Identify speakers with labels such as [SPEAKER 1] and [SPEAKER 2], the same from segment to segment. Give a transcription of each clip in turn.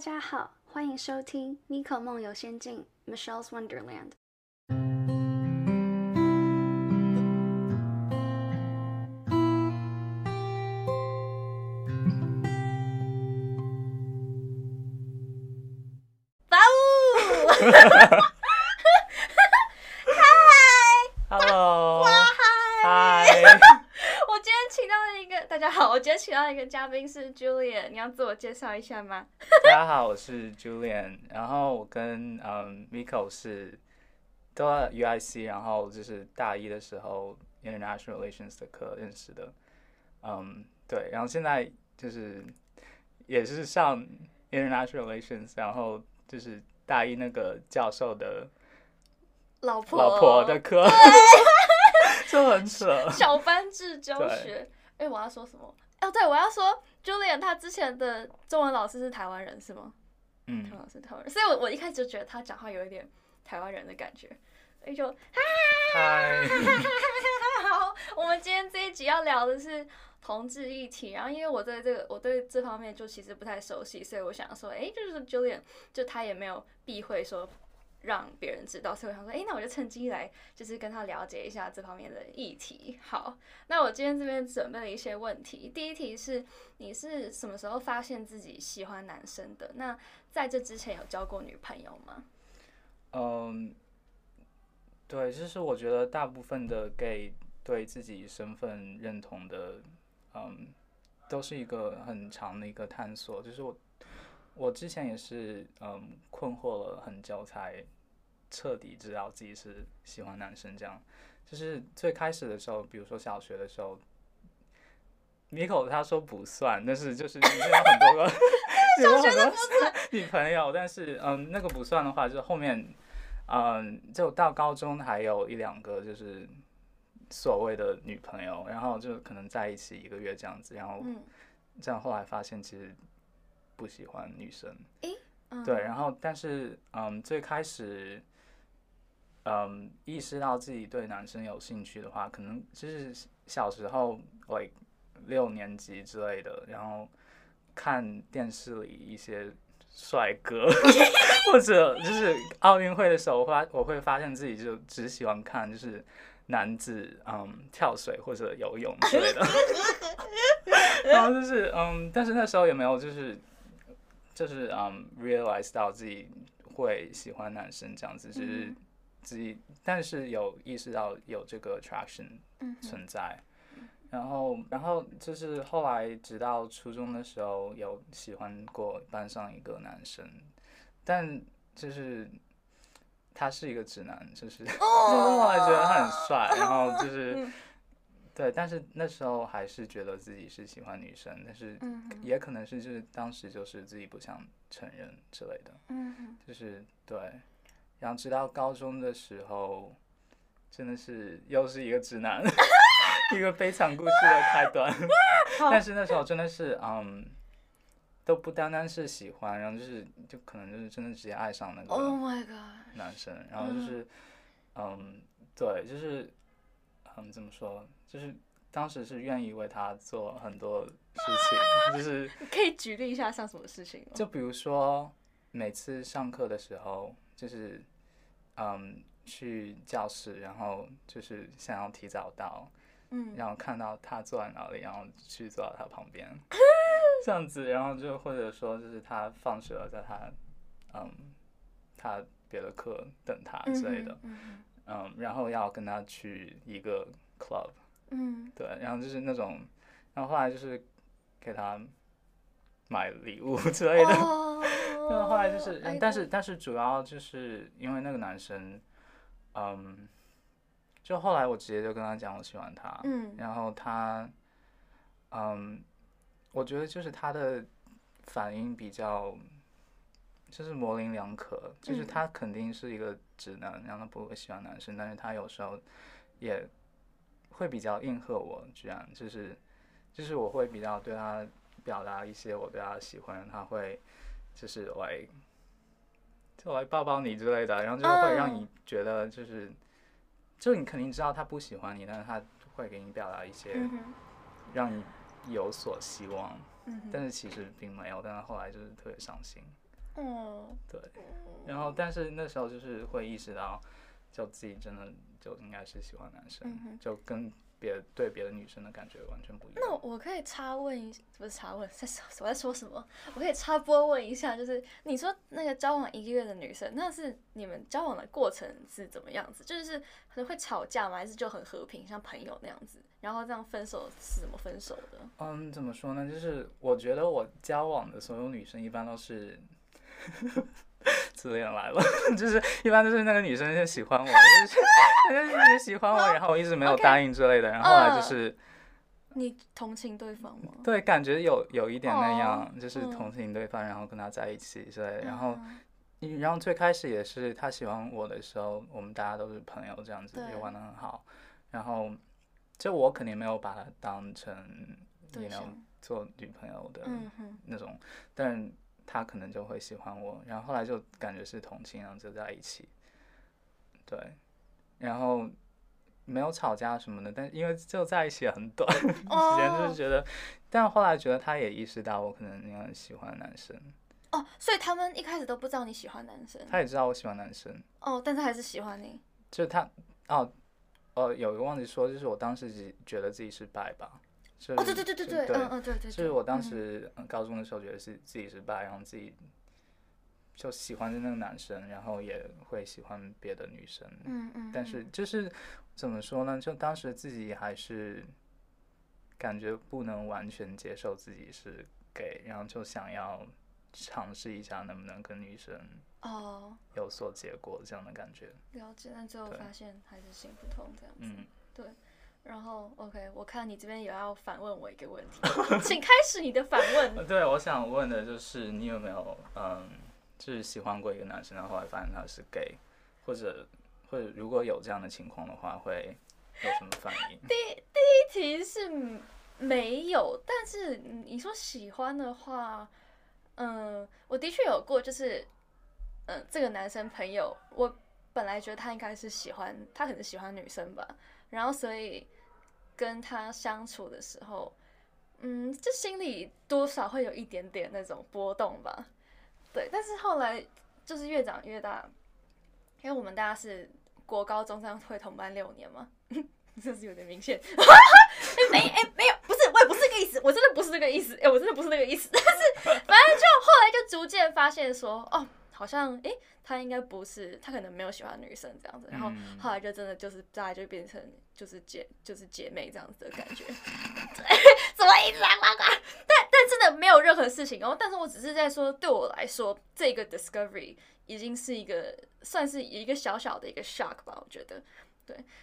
[SPEAKER 1] 家好，欢迎收听《Nico 梦游仙境》（Michelle's Wonderland）。哇哦！
[SPEAKER 2] Hello，嗨，
[SPEAKER 1] 我今天请到了一个大家好，我今天请到一个嘉宾是 Julia，你要自我介绍一下吗？
[SPEAKER 2] 大家好，我是 Julian，然后我跟嗯 Miko 是都在 UIC，然后就是大一的时候 International Relations 的课认识的，嗯，对，然后现在就是也是上 International Relations，然后就是大一那个教授的
[SPEAKER 1] 老婆，
[SPEAKER 2] 老婆的课， 就很扯，
[SPEAKER 1] 小班制教学。哎、我要说什么？哦，对，我要说 Julian 他之前的中文老师是台湾人是吗？
[SPEAKER 2] 嗯
[SPEAKER 1] 台，湾老师台湾人，所以我我一开始就觉得他讲话有一点台湾人的感觉，所以就
[SPEAKER 2] 嗨，
[SPEAKER 1] 好，我们今天这一集要聊的是同志议题，然后因为我对这个我对这方面就其实不太熟悉，所以我想说，哎、就是 Julian，就他也没有避讳说让别人知道，所以我想说，哎、那我就趁机来就是跟他了解一下这方面的议题。好，那我今天这边准备了一些问题，第一题是你是什么时候发现自己喜欢男生的？那在这之前有交过女朋友吗？
[SPEAKER 2] 嗯，对，就是我觉得大部分的 gay 对自己身份认同的，嗯，都是一个很长的一个探索。就是我，我之前也是，嗯，困惑了很久才彻底知道自己是喜欢男生这样。就是最开始的时候，比如说小学的时候，Miko 他说不算，但是就是你会有很多个， 你有很多 女朋友，但是嗯，那个不算的话，就是后面嗯，就到高中还有一两个就是所谓的女朋友，然后就可能在一起一个月这样子，然后
[SPEAKER 1] 嗯
[SPEAKER 2] 这样后来发现其实不喜欢女生，
[SPEAKER 1] 嗯，
[SPEAKER 2] 对，然后但是嗯，最开始嗯意识到自己对男生有兴趣的话，可能就是小时候 like 六年级之类的，然后看电视里一些帅哥， 或者就是奥运会的时候，我发我会发现自己就只喜欢看就是男子嗯跳水或者游 泳之类的，然后就是嗯，但是那时候也没有就是就是嗯 realize 到自己会喜欢男生这样子，只是
[SPEAKER 1] 嗯
[SPEAKER 2] 自己但是有意识到有这个 attraction
[SPEAKER 1] 嗯哼
[SPEAKER 2] 存在。然后，然后就是后来，直到初中的时候，有喜欢过班上一个男生，但就是他是一个直男，就是 就是
[SPEAKER 1] 哦
[SPEAKER 2] 后来觉得他很帅，然后就是
[SPEAKER 1] 嗯
[SPEAKER 2] 对，但是那时候还是觉得自己是喜欢女生，但是
[SPEAKER 1] 嗯哼
[SPEAKER 2] 也可能是就是当时就是自己不想承认之类的。
[SPEAKER 1] 嗯哼
[SPEAKER 2] 就是对，然后直到高中的时候，真的是又是一个直男， 一个悲惨故事的开端。 但是那时候真的是，嗯，都不单单是喜欢，然后就是就可能就是真的直接爱上那
[SPEAKER 1] ，Oh
[SPEAKER 2] 个
[SPEAKER 1] my god，
[SPEAKER 2] 男生，然后就是，嗯，对，就是，嗯，怎么说，就是当时是愿意为他做很多事情， 就是。
[SPEAKER 1] 你可以举例一下像什么事情吗？
[SPEAKER 2] 就比如说，每次上课的时候，就是嗯，去教室，然后就是想要提早到，
[SPEAKER 1] 嗯
[SPEAKER 2] 然后看到他坐在哪里，然后去坐到他旁边， 这样子，然后就或者说就是他放学了，在他嗯，他别的课等他啊之类的，
[SPEAKER 1] 嗯哼
[SPEAKER 2] 嗯，然后要跟他去一个 club，
[SPEAKER 1] 嗯
[SPEAKER 2] 对，然后就是那种，然后后来就是给他买礼物 之类的。
[SPEAKER 1] 哦，
[SPEAKER 2] 对，后来就是，
[SPEAKER 1] 哎
[SPEAKER 2] 嗯但是但是主要就是因为那个男生，嗯，就后来我直接就跟他讲我喜欢他，
[SPEAKER 1] 嗯
[SPEAKER 2] 然后他，嗯，我觉得就是他的反应比较，就是模棱两可，就是
[SPEAKER 1] 嗯
[SPEAKER 2] 他肯定是一个直男，然后他不会喜欢男生，但是他有时候也会比较应和我，居然就是就是我会比较对他表达一些我对他的喜欢，他会就是来就来抱抱你之类的，然后就会让
[SPEAKER 1] 嗯
[SPEAKER 2] 你觉得就是。就你肯定知道他不喜欢你，但是他会给你表达一些
[SPEAKER 1] 嗯哼
[SPEAKER 2] 让你有所希望，
[SPEAKER 1] 嗯哼
[SPEAKER 2] 但是其实并没有，但是后来就是特别伤心。
[SPEAKER 1] 嗯，
[SPEAKER 2] 对。然后，但是那时候就是会意识到，就自己真的就应该是喜欢男生，
[SPEAKER 1] 嗯哼
[SPEAKER 2] 就跟别对别的女生的感觉完全不一样。
[SPEAKER 1] 那我可以插问一，不是插问，在说我在说什么？我可以插播问一下，就是你说那个交往一个月的女生，那是你们交往的过程是怎么样子？就是可能会吵架吗？还是就很和平，像朋友那样子？然后这样分手是怎么分手的？
[SPEAKER 2] 嗯，怎么说呢？就是我觉得我交往的所有女生一般都是 自恋来了， 就是一般都是那个女生先喜欢我，就是 她就一直喜欢我，然后我一直没有
[SPEAKER 1] 哦 OK
[SPEAKER 2] 答应之类的，然后后来
[SPEAKER 1] 嗯
[SPEAKER 2] 就是
[SPEAKER 1] 你同情对方吗？
[SPEAKER 2] 对，感觉有有一点那
[SPEAKER 1] 哦
[SPEAKER 2] 样，就是
[SPEAKER 1] 嗯
[SPEAKER 2] 同情对方，然后跟他在一起之类的，然后。
[SPEAKER 1] 嗯
[SPEAKER 2] 嗯然后最开始也是他喜欢我的时候，我们大家都是朋友这样子，
[SPEAKER 1] 对
[SPEAKER 2] 就玩的很好。然后，就我肯定没有把他当成
[SPEAKER 1] 对啊
[SPEAKER 2] 你
[SPEAKER 1] 象
[SPEAKER 2] 能做女朋友的
[SPEAKER 1] 嗯哼，
[SPEAKER 2] 那种，但他可能就会喜欢我。然后后来就感觉是同情，然后就在一起。对，然后没有吵架什么的，但因为就在一起很短时间，就是
[SPEAKER 1] 哦
[SPEAKER 2] 觉得，但后来觉得他也意识到我可能那样喜欢男生，
[SPEAKER 1] 哦，所以他们一开始都不知道你喜欢男生
[SPEAKER 2] 他也知道我喜欢男生。
[SPEAKER 1] 哦，但是还是喜欢你。
[SPEAKER 2] 就是他哦，哦，有一个忘记说，就是我当时只觉得自己是败吧，就是
[SPEAKER 1] 哦，对对对对对，嗯嗯对对对，
[SPEAKER 2] 就是我当
[SPEAKER 1] 嗯
[SPEAKER 2] 时呃高中的时候觉得是自己是败，然后自己就喜欢那个男生，然后也会喜欢别的女生，
[SPEAKER 1] 嗯嗯，
[SPEAKER 2] 但是
[SPEAKER 1] 嗯
[SPEAKER 2] 就是怎么说呢，就当时自己还是感觉不能完全接受自己是 gay，然后就想要尝试一下能不能跟女生
[SPEAKER 1] 哦，
[SPEAKER 2] 有所结果这样的感觉，
[SPEAKER 1] 了解，但最后
[SPEAKER 2] 对
[SPEAKER 1] 发现还是行不通这样子。
[SPEAKER 2] 嗯。
[SPEAKER 1] 然后，OK，我看你这边也要反问我一个问题， 请开始你的反问。
[SPEAKER 2] 呃，对，我想问的就是你有没有嗯，就是喜欢过一个男生，然后后来发现他是 gay，或者或者如果有这样的情况的话，会有什么反 应？
[SPEAKER 1] 这题是没有，但是你说喜欢的话，嗯，我的确有过，就是，嗯，这个男生朋友，我本来觉得他应该是喜欢，他可能喜欢女生吧，然后所以跟他相处的时候，嗯，这心里多少会有一点点那种波动吧，对，但是后来就是越长越大，因为我们大家是国高中这样会同班六年嘛，这是有点明显，没哎、没有，不是，我也不是这个意思，我真的不是这个意思，哎、我真的不是这个意思， 但是反正就后来就逐渐发现说，哦，好像哎、他应该不是，他可能没有喜欢女生这样子，然后
[SPEAKER 2] 嗯
[SPEAKER 1] 后来就真的就是大家就变成就是姐就是姐妹这样子的感觉， 怎么一直啊呱呱？但但真的没有任何事情哦，但是我只是在说，对我来说这个 discovery 已经是一个算是一个小小的一个 shock 吧，我觉得。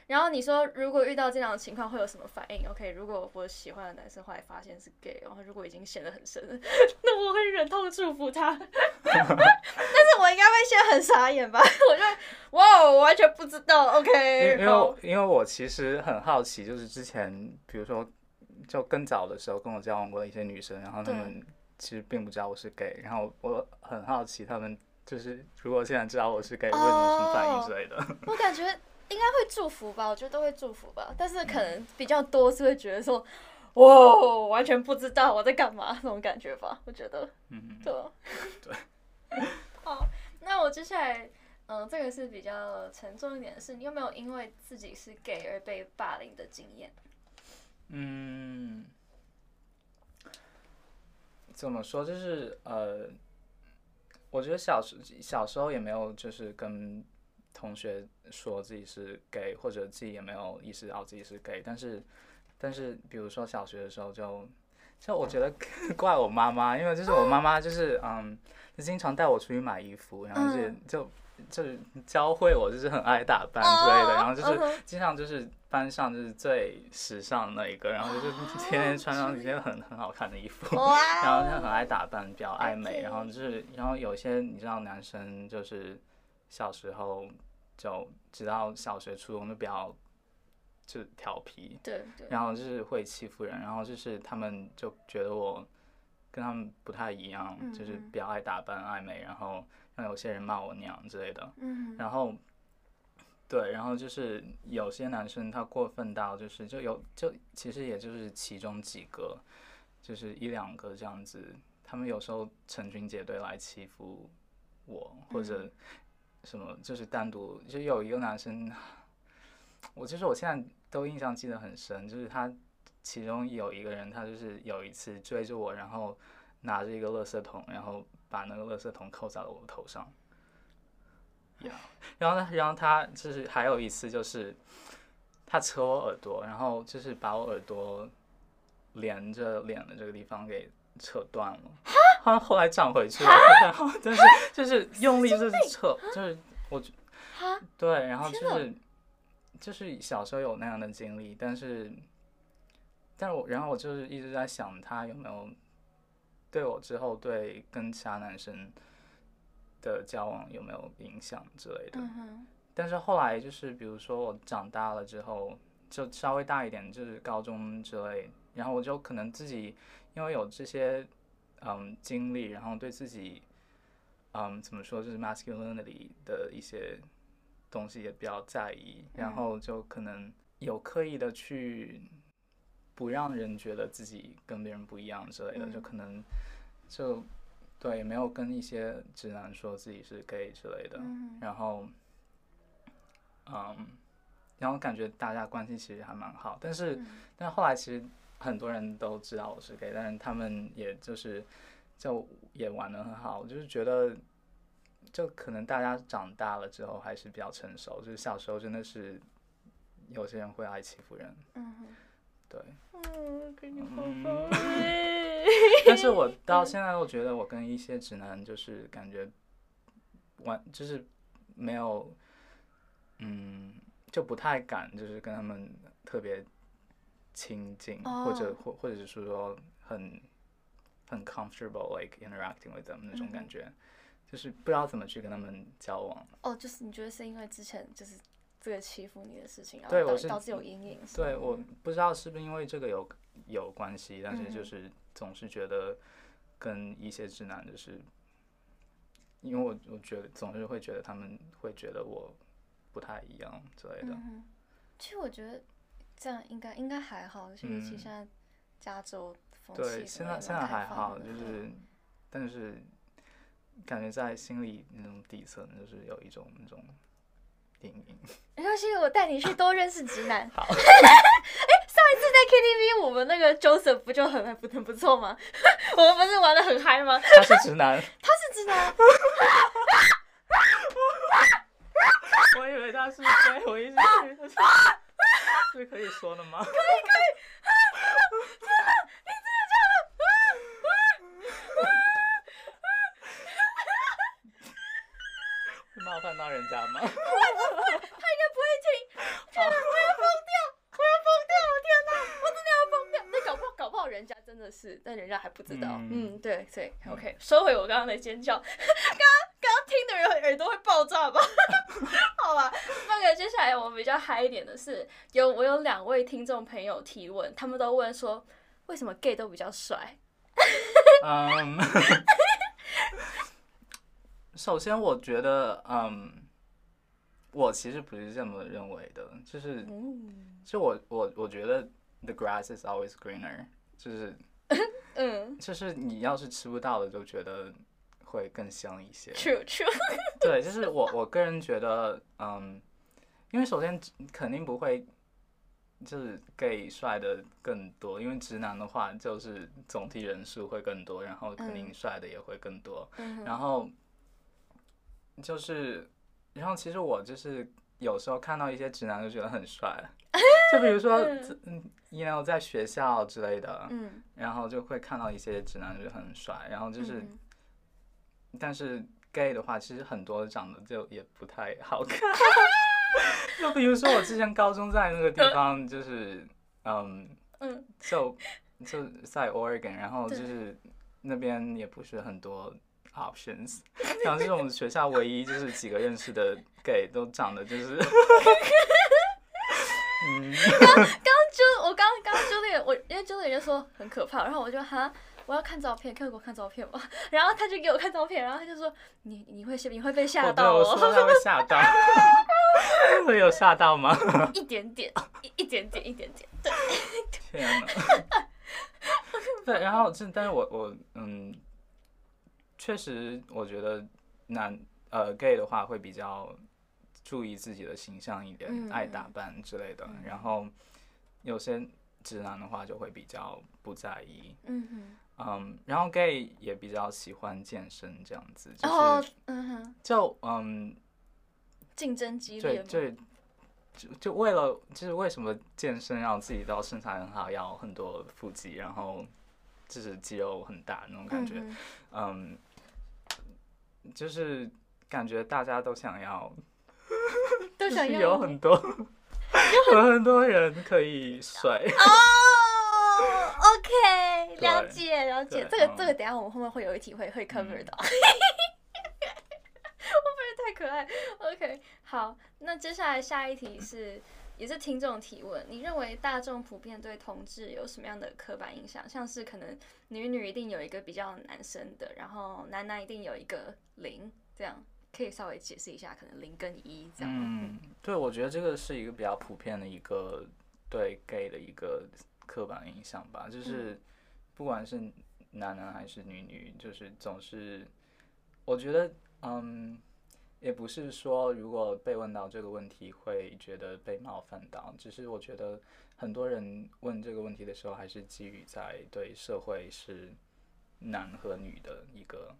[SPEAKER 1] 然后你说，如果遇到这样的情况会有什么反应？OK，如果我喜欢的男生后来发现是 gay，然后如果已经陷得很深了， 那我会忍痛祝福他。 但是我应该会先很傻眼吧？ 我就会哇，哦我完全不知道。
[SPEAKER 2] 因
[SPEAKER 1] OK，
[SPEAKER 2] 为因为
[SPEAKER 1] 然后
[SPEAKER 2] 我因为我其实很好奇，就是之前比如说就更早的时候跟我交往过的一些女生，然后她
[SPEAKER 1] 对
[SPEAKER 2] 们其实并不知道我是 gay，然后我很好奇她们就是如果现在知道我是 gay，会有什么反应
[SPEAKER 1] 哦
[SPEAKER 2] 之类的。
[SPEAKER 1] 我感觉应该会祝福吧，我觉得都会祝福吧，但是可能比较多是会觉得说，哇，完全不知道我在干嘛那种感觉吧，我觉得。
[SPEAKER 2] 嗯，
[SPEAKER 1] 对啊，
[SPEAKER 2] 对。
[SPEAKER 1] 好，那我接下来，嗯、这个是比较沉重一点的是，你有没有因为自己是 gay 而被霸凌的经验？
[SPEAKER 2] 嗯，怎么说？就是呃，我觉得小时小时候也没有，就是跟同学说自己是 gay，或者自己也没有意识到自己是 gay。但是，但是，比如说小学的时候就，就我觉得 怪我妈妈，因为就是我妈妈就是嗯，就经常带我出去买衣服，然后就是
[SPEAKER 1] 嗯
[SPEAKER 2] 就就是教会我就是很爱打扮之类的，然后就是
[SPEAKER 1] 嗯哼
[SPEAKER 2] 经常就是班上就是最时尚的那一个，然后就是天天穿上一些很很好看的衣服，
[SPEAKER 1] 哦哇
[SPEAKER 2] 然后就很爱打扮，比较爱
[SPEAKER 1] OK
[SPEAKER 2] 美，然后就是然后有些你知道男生就是小时候就直到小学初中就比较就调皮，
[SPEAKER 1] 对对，
[SPEAKER 2] 然后就是会欺负人，然后就是他们就觉得我跟他们不太一样，
[SPEAKER 1] 嗯
[SPEAKER 2] 就是
[SPEAKER 1] 嗯
[SPEAKER 2] 比较爱打扮爱美，然后让有些人骂我娘之类的，
[SPEAKER 1] 嗯，
[SPEAKER 2] 然后，对，然后就是有些男生他过分到就是就有就其实也就是其中几个，就是一两个这样子，他们有时候成群结队来欺负我，或者什么，就是单独就有一个男生， 我就是我现在都印象记得很深，就是他其中有一个人，他就是有一次追着我，然后拿着一个垃圾桶，然后把那个垃圾桶扣在了我头上。Yeah. 然后呢，然后他就是还有一次就是他扯我耳朵，然后就是把我耳朵连着脸的这个地方给扯断了，好像后来长回去了，然后但是就是用力就是扯，就是我觉
[SPEAKER 1] 哈，
[SPEAKER 2] 对，然后
[SPEAKER 1] 天
[SPEAKER 2] 就
[SPEAKER 1] 哪
[SPEAKER 2] 是就是小时候有那样的经历，但是但是我然后我就是一直在想他有没有对我之后对跟其他男生的交往有没有影响之类的。
[SPEAKER 1] 嗯哼，
[SPEAKER 2] 但是后来就是，比如说我长大了之后，就稍微大一点，就是高中之类，然后我就可能自己因为有这些嗯经历，然后对自己嗯怎么说，就是 masculinity 的一些东西也比较在意，然
[SPEAKER 1] 嗯
[SPEAKER 2] 后就可能有刻意的去不让人觉得自己跟别人不一样之类的，就
[SPEAKER 1] 嗯
[SPEAKER 2] 可能就对没有跟一些直男说自己是 gay 之类的，
[SPEAKER 1] 嗯哼，
[SPEAKER 2] 然后，嗯，然后感觉大家关系其实还蛮好，但是，
[SPEAKER 1] 嗯
[SPEAKER 2] 但后来其实很多人都知道我是 gay，但是他们也就是就也玩的很好，我就是觉得，就可能大家长大了之后还是比较成熟，就是小时候真的是有些人会爱欺负人，
[SPEAKER 1] 嗯哼。
[SPEAKER 2] 对。
[SPEAKER 1] 嗯，给你抱
[SPEAKER 2] 嗯
[SPEAKER 1] 抱哎。
[SPEAKER 2] 但是我到现在都觉得，我跟一些直男就是感觉完就是没有，嗯，就不太敢，就是跟他们特别亲近，或者
[SPEAKER 1] 哦
[SPEAKER 2] 或或者是说很很 comfortable like interacting with them 那种
[SPEAKER 1] 嗯
[SPEAKER 2] 感觉，就是不知道怎么去跟他们交往。
[SPEAKER 1] 哦，就是你觉得是因为之前就是这个欺负你的事情，然
[SPEAKER 2] 对
[SPEAKER 1] 后导
[SPEAKER 2] 我是
[SPEAKER 1] 导致有阴影。是吗
[SPEAKER 2] 对，我不知道是不是因为这个有有关系，但是
[SPEAKER 1] 嗯
[SPEAKER 2] 就
[SPEAKER 1] 哼
[SPEAKER 2] 是总是觉得跟一些直男就是，因为我我觉得总是会觉得他们会觉得我不太一样之类的
[SPEAKER 1] 嗯。哼，其实我觉得这样应该应该还好，就是其实
[SPEAKER 2] 嗯
[SPEAKER 1] 现在加州风气
[SPEAKER 2] 对，
[SPEAKER 1] 什
[SPEAKER 2] 现
[SPEAKER 1] 么
[SPEAKER 2] 在
[SPEAKER 1] 也
[SPEAKER 2] 现在
[SPEAKER 1] 蛮开
[SPEAKER 2] 还
[SPEAKER 1] 放
[SPEAKER 2] 好，
[SPEAKER 1] 的
[SPEAKER 2] 就
[SPEAKER 1] 对
[SPEAKER 2] 是但是感觉在心里那种底层就是有一种那种阴影。
[SPEAKER 1] 没关系，我带你去多认识直男。
[SPEAKER 2] 好
[SPEAKER 1] 哎、上一次在 KTV 我们那个 Joseph 不就很不很不错吗？ 我们不是玩的很嗨吗？
[SPEAKER 2] 他是直男，
[SPEAKER 1] 是直男，啊
[SPEAKER 2] 我以为他是 gay，我一直去， 是啊可以啊说的吗？啊 可以可以，冒犯到人家 吗？
[SPEAKER 1] 他应该不会听。天哪，我要疯掉，我要疯掉！天哪，我真的要疯掉。那搞不好搞不好人家真的是，但人家还不知道。
[SPEAKER 2] 嗯
[SPEAKER 1] 嗯，对，所以 OK，收回我刚刚的尖叫， 刚刚刚听的人耳朵会爆炸吧？ 好吧，那个接下来我比较嗨一点的是，有我有两位听众朋友提问，他们都问说。为什么 gay 都比较帅？
[SPEAKER 2] 嗯， 首先我觉得，嗯，我其实不是这么认为的，就是
[SPEAKER 1] 嗯
[SPEAKER 2] 就我我我觉得 the grass is always greener，就是
[SPEAKER 1] 嗯
[SPEAKER 2] 就是你要是吃不到的，就觉得会更香一些。
[SPEAKER 1] ，true true，
[SPEAKER 2] 对，就是我我个人觉得，嗯，因为首先肯定不会就是 gay 帅的更多，因为直男的话就是总体人数会更多，然后肯定
[SPEAKER 1] 嗯
[SPEAKER 2] 帅的也会更多。
[SPEAKER 1] 嗯哼
[SPEAKER 2] 然后就是，然后其实我就是有时候看到一些直男就觉得很帅， 就比如说
[SPEAKER 1] 嗯
[SPEAKER 2] 嗯，you know 在学校之类的，
[SPEAKER 1] 嗯，
[SPEAKER 2] 然后就会看到一些直男就很帅，然后就是
[SPEAKER 1] 嗯
[SPEAKER 2] 但是 gay 的话，其实很多长得就也不太好 看。就比如说我之前高中在那个地方，就是嗯，
[SPEAKER 1] 呃嗯
[SPEAKER 2] 就就在 Oregon，然后就
[SPEAKER 1] 对
[SPEAKER 2] 是那边也不是很多 options，然后这种学校唯一就是几个认识的 gay 都长得就是，嗯，
[SPEAKER 1] 就我刚刚就那个我因为就那个就说很可怕，然后我就哈。我要看照片，可以给我看照片吗？ 然后他就给我看照片，然后他就说你你会你会被吓
[SPEAKER 2] 我对
[SPEAKER 1] 到
[SPEAKER 2] 我说
[SPEAKER 1] 哦，
[SPEAKER 2] 他会吓到， 会有吓到吗？
[SPEAKER 1] 一点点，一一点点，一点点，对，
[SPEAKER 2] 天呐，对，然后这，但是我我嗯，确实，我觉得男呃 gay 的话会比较注意自己的形象一点，
[SPEAKER 1] 嗯
[SPEAKER 2] 爱打扮之类的。然后有些直男的话就会比较不在意，
[SPEAKER 1] 嗯
[SPEAKER 2] 嗯，然后 gay 也比较喜欢健身这样子，就
[SPEAKER 1] 哼，
[SPEAKER 2] 是、
[SPEAKER 1] 哦，嗯哼，
[SPEAKER 2] 就嗯，
[SPEAKER 1] 竞争激烈
[SPEAKER 2] 对
[SPEAKER 1] 嘛，
[SPEAKER 2] 对。就就为了就是为什么健身让自己到身材很好，要很多腹肌，然后就是肌肉很大那种感觉，
[SPEAKER 1] 嗯哼
[SPEAKER 2] 嗯，就是感觉大家都想要，
[SPEAKER 1] 都想
[SPEAKER 2] 就是
[SPEAKER 1] 要
[SPEAKER 2] 有 很多有很多人可以睡，
[SPEAKER 1] 哦，OK，
[SPEAKER 2] 对
[SPEAKER 1] 了解了解，这
[SPEAKER 2] 对
[SPEAKER 1] 个
[SPEAKER 2] 嗯
[SPEAKER 1] 这个等一下我们后面会有一题会会 cover 到， 会不会太可爱？OK，好，那接下来下一题是也是听众提问，你认为大众普遍对同志有什么样的刻板印象？像是可能女女一定有一个比较男生的，然后男男一定有一个零，这样可以稍微解释一下，可能零跟一这样吗。
[SPEAKER 2] 嗯，对，我觉得这个是一个比较普遍的一个对 gay 的一个刻板印象吧，
[SPEAKER 1] 嗯
[SPEAKER 2] 就是不管是男男还是女女，就是总是，我觉得，嗯，也不是说如果被问到这个问题会觉得被冒犯到，只是我觉得很多人问这个问题的时候，还是基于在对社会是男和女的一个。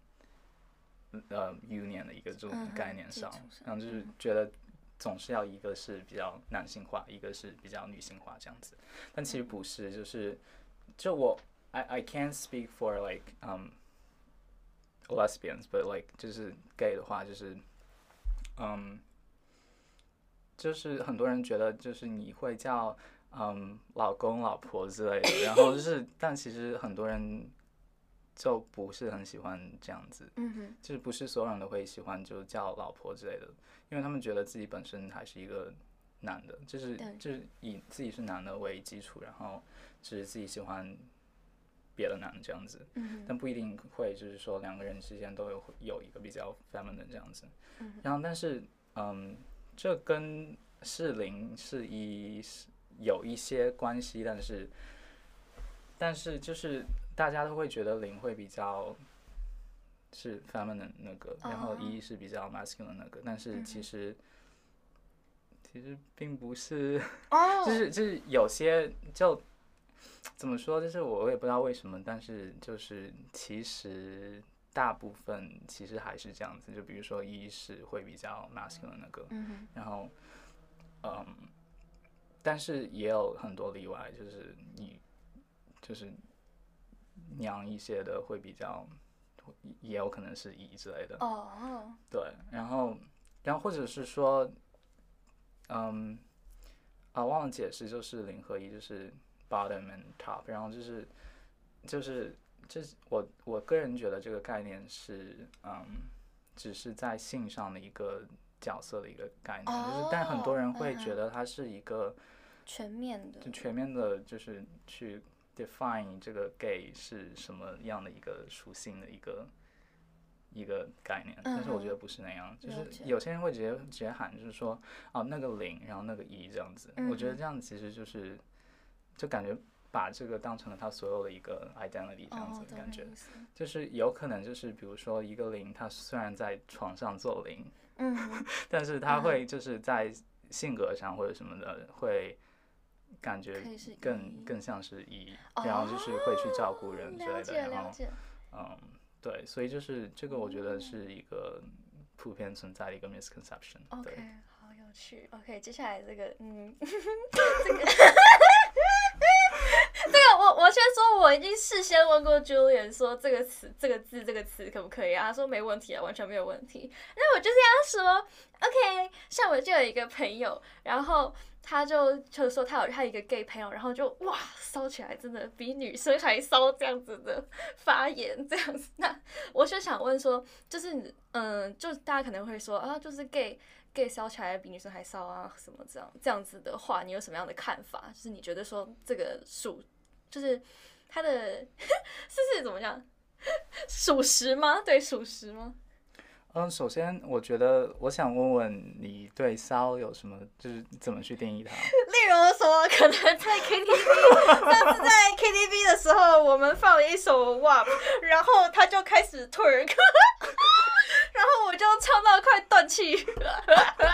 [SPEAKER 2] 呃，union 的一个这种
[SPEAKER 1] 嗯哼
[SPEAKER 2] 概念
[SPEAKER 1] 基
[SPEAKER 2] 上
[SPEAKER 1] 础，上
[SPEAKER 2] 然后就是
[SPEAKER 1] 嗯
[SPEAKER 2] 觉得总是要一个是比较男性化，一个是比较女性化这样子。但
[SPEAKER 1] 嗯
[SPEAKER 2] 其实不是，就是就我 I I can't speak for like um lesbians，but like 就是 gay 的话，就是嗯，就是很多人觉得就是你会叫嗯老公老婆之类的，然后就是但其实很多人就不是很喜欢这样子。
[SPEAKER 1] 嗯哼，
[SPEAKER 2] 就是不是所有人都会喜欢，就叫老婆之类的，因为他们觉得自己本身还是一个男的，就是
[SPEAKER 1] 对
[SPEAKER 2] 就是以自己是男的为基础，然后只是自己喜欢别的男的这样子，
[SPEAKER 1] 嗯哼，
[SPEAKER 2] 但不一定会就是说两个人之间都有有一个比较 feminine 这样子
[SPEAKER 1] 嗯哼。
[SPEAKER 2] 然后但是嗯，这跟是零是一是有一些关系，但是但是就是大家都会觉得零会比较是 feminine 那个，然后
[SPEAKER 1] 哦
[SPEAKER 2] 一是比较 masculine 那个，但是
[SPEAKER 1] 嗯
[SPEAKER 2] 其
[SPEAKER 1] 哼
[SPEAKER 2] 实、其实并不是。
[SPEAKER 1] 哦
[SPEAKER 2] 就是就是有些就怎么说，就是我也不知道为什么，但是就是其实大部分其实还是这样子。就比如说一是会比较 masculine 那个，
[SPEAKER 1] 嗯哼，
[SPEAKER 2] 然后嗯，但是也有很多例外，就是你就是娘一些的会比较，也有可能是一之类的。
[SPEAKER 1] 哦，
[SPEAKER 2] 对，然后，然后或者是说，嗯，啊，忘了解释，就是零和一，就是 bottom and top，然后就是，就是，这是我我个人觉得这个概念是，嗯，只是在性上的一个角色的一个概念，就是，但很多
[SPEAKER 1] 哦
[SPEAKER 2] 人会
[SPEAKER 1] 嗯
[SPEAKER 2] 觉
[SPEAKER 1] 哼
[SPEAKER 2] 得它是一个
[SPEAKER 1] 全面的
[SPEAKER 2] 就，全面的，就是去 define 这个 gay 是什么样的一个属性的一个一个概念，但是我觉得不是那样，就
[SPEAKER 1] 嗯了
[SPEAKER 2] 是
[SPEAKER 1] 解
[SPEAKER 2] 有些人会直接直接喊，就是说哦那个零，然后那个一这样子，我觉得
[SPEAKER 1] 嗯哼
[SPEAKER 2] 这样其实就是就感觉把这个当成了他所有的一个 identity 这样子
[SPEAKER 1] 哦
[SPEAKER 2] 的
[SPEAKER 1] 懂
[SPEAKER 2] 感
[SPEAKER 1] 你
[SPEAKER 2] 觉，
[SPEAKER 1] 意 思
[SPEAKER 2] 就是有可能就是比如说一个零，他虽然在床上做零，
[SPEAKER 1] 嗯哼，
[SPEAKER 2] 但是他
[SPEAKER 1] 嗯
[SPEAKER 2] 会就是在性格上或者什么的会感觉
[SPEAKER 1] 可以是
[SPEAKER 2] 更
[SPEAKER 1] 一
[SPEAKER 2] 更像是一，
[SPEAKER 1] 哦
[SPEAKER 2] 然后就是会去照顾人之
[SPEAKER 1] 了
[SPEAKER 2] 类
[SPEAKER 1] 解
[SPEAKER 2] 的，然
[SPEAKER 1] 了
[SPEAKER 2] 后
[SPEAKER 1] 解，
[SPEAKER 2] 嗯，对，所以就是这个我觉得
[SPEAKER 1] 嗯
[SPEAKER 2] 是一个普遍存在的一个 misconception，
[SPEAKER 1] OK，
[SPEAKER 2] 对，
[SPEAKER 1] 好有趣。OK，接下来这个，嗯， 这个， 这个我我先说，我已经事先问过 Julian 说这个词、这个字、这个词可不可以啊？他说没问题啊，完全没有问题。那我就是要说，OK，像我就有一个朋友，然后他就就说他有他有一个 gay 朋友，然后就哇骚起来，真的比女生还骚这样子的发言，这样子。那我就想问说，就是你嗯，就大家可能会说啊，就是 gay gay 骚起来比女生还骚啊，什么这样这样子的话，你有什么样的看法？就是你觉得说这个属，就是它 的是是怎么讲，属实吗？对，属实吗？
[SPEAKER 2] 嗯，首先我觉得我想问问你对骚有什么，就是怎么去定义它？
[SPEAKER 1] 例如说，可能在 KTV，上次在 KTV 的时候，我们放了一首 WAP，然后他就开始 twerk，然后我就唱到快断气。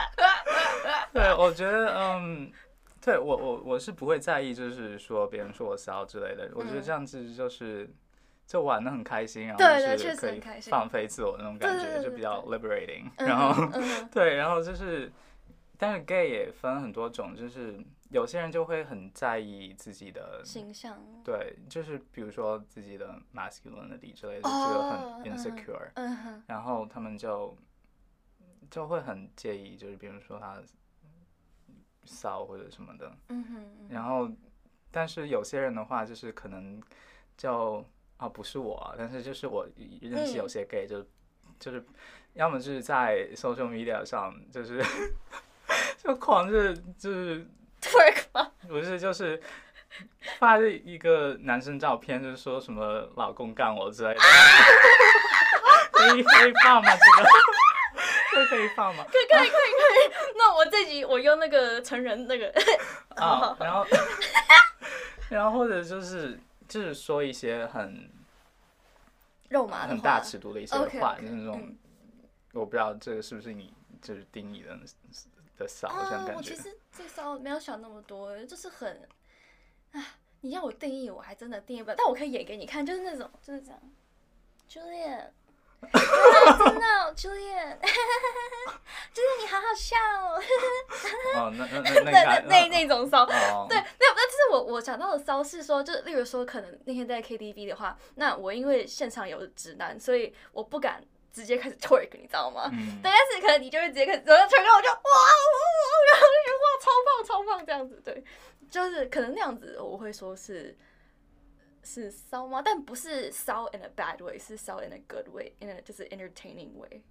[SPEAKER 2] 对，我觉得嗯，对我我我是不会在意，就是说别人说我骚之类的。我觉
[SPEAKER 1] 嗯
[SPEAKER 2] 得这样子就是就玩的很开心，然后
[SPEAKER 1] 对对
[SPEAKER 2] 就
[SPEAKER 1] 确
[SPEAKER 2] 是
[SPEAKER 1] 实
[SPEAKER 2] 可
[SPEAKER 1] 很
[SPEAKER 2] 以
[SPEAKER 1] 开心
[SPEAKER 2] 放飞自我那种感
[SPEAKER 1] 对对
[SPEAKER 2] 觉，
[SPEAKER 1] 对
[SPEAKER 2] 就比较 liberating。
[SPEAKER 1] 嗯
[SPEAKER 2] 然后
[SPEAKER 1] 哼嗯哼
[SPEAKER 2] 对，然后就是，但是 gay 也分很多种，就是有些人就会很在意自己的，
[SPEAKER 1] 形象，
[SPEAKER 2] 对，就是比如说自己的 masculinity 之类的，就觉得
[SPEAKER 1] 哦
[SPEAKER 2] 很
[SPEAKER 1] 嗯
[SPEAKER 2] insecure，、
[SPEAKER 1] 嗯哼，
[SPEAKER 2] 然后他们就就会很介意，就是别人说他骚或者什么的，
[SPEAKER 1] 嗯哼，
[SPEAKER 2] 然后但是有些人的话，就是可能就啊不是我啊，但是就是我认识有
[SPEAKER 1] 嗯
[SPEAKER 2] 些 gay 就、就是要么就是在 social media 上就是 就狂热就是
[SPEAKER 1] ，twerk 吗？
[SPEAKER 2] 不是就是发了一个男生照片，就是说什么老公干我之类的， 可以可以放吗？这个这个可以放吗？
[SPEAKER 1] 那我自己我用那个成人那个，
[SPEAKER 2] 啊，然后，然后或者就是就是说一些很
[SPEAKER 1] 肉麻的
[SPEAKER 2] 很
[SPEAKER 1] 啊话
[SPEAKER 2] 大尺度的一些
[SPEAKER 1] OK，OK，
[SPEAKER 2] 话，就是那种
[SPEAKER 1] 嗯
[SPEAKER 2] 我不知道这个是不是你就是定义的的骚这样
[SPEAKER 1] 啊，
[SPEAKER 2] 感
[SPEAKER 1] 我
[SPEAKER 2] 觉
[SPEAKER 1] 其。实最骚没有想那么多，就是很，啊，你要我定义，我还真的定义不了，但我可以演给你看，就是那种就是这样，Julian，啊真的 Julian，Julian 你好好笑哦，
[SPEAKER 2] 哦，那那那那
[SPEAKER 1] 那
[SPEAKER 2] 应
[SPEAKER 1] 那
[SPEAKER 2] 该
[SPEAKER 1] 那那种骚，
[SPEAKER 2] 哦，
[SPEAKER 1] 对，没有，那就是我我想到的骚是说，就是例如说，可能那天在 KTV 的话，那我因为现场有直男，所以我不敢直接开始 twerk，你知道吗？对，
[SPEAKER 2] 嗯
[SPEAKER 1] 但是可能你就会直接开始，然后 twerk，然后我就哇，哇哇然后就觉得哇，超棒，超棒，这样子，对，就是可能那样子，我会说是是骚吗？但不是骚 in a bad way，是骚 in a good way，in a 就是 entertaining way，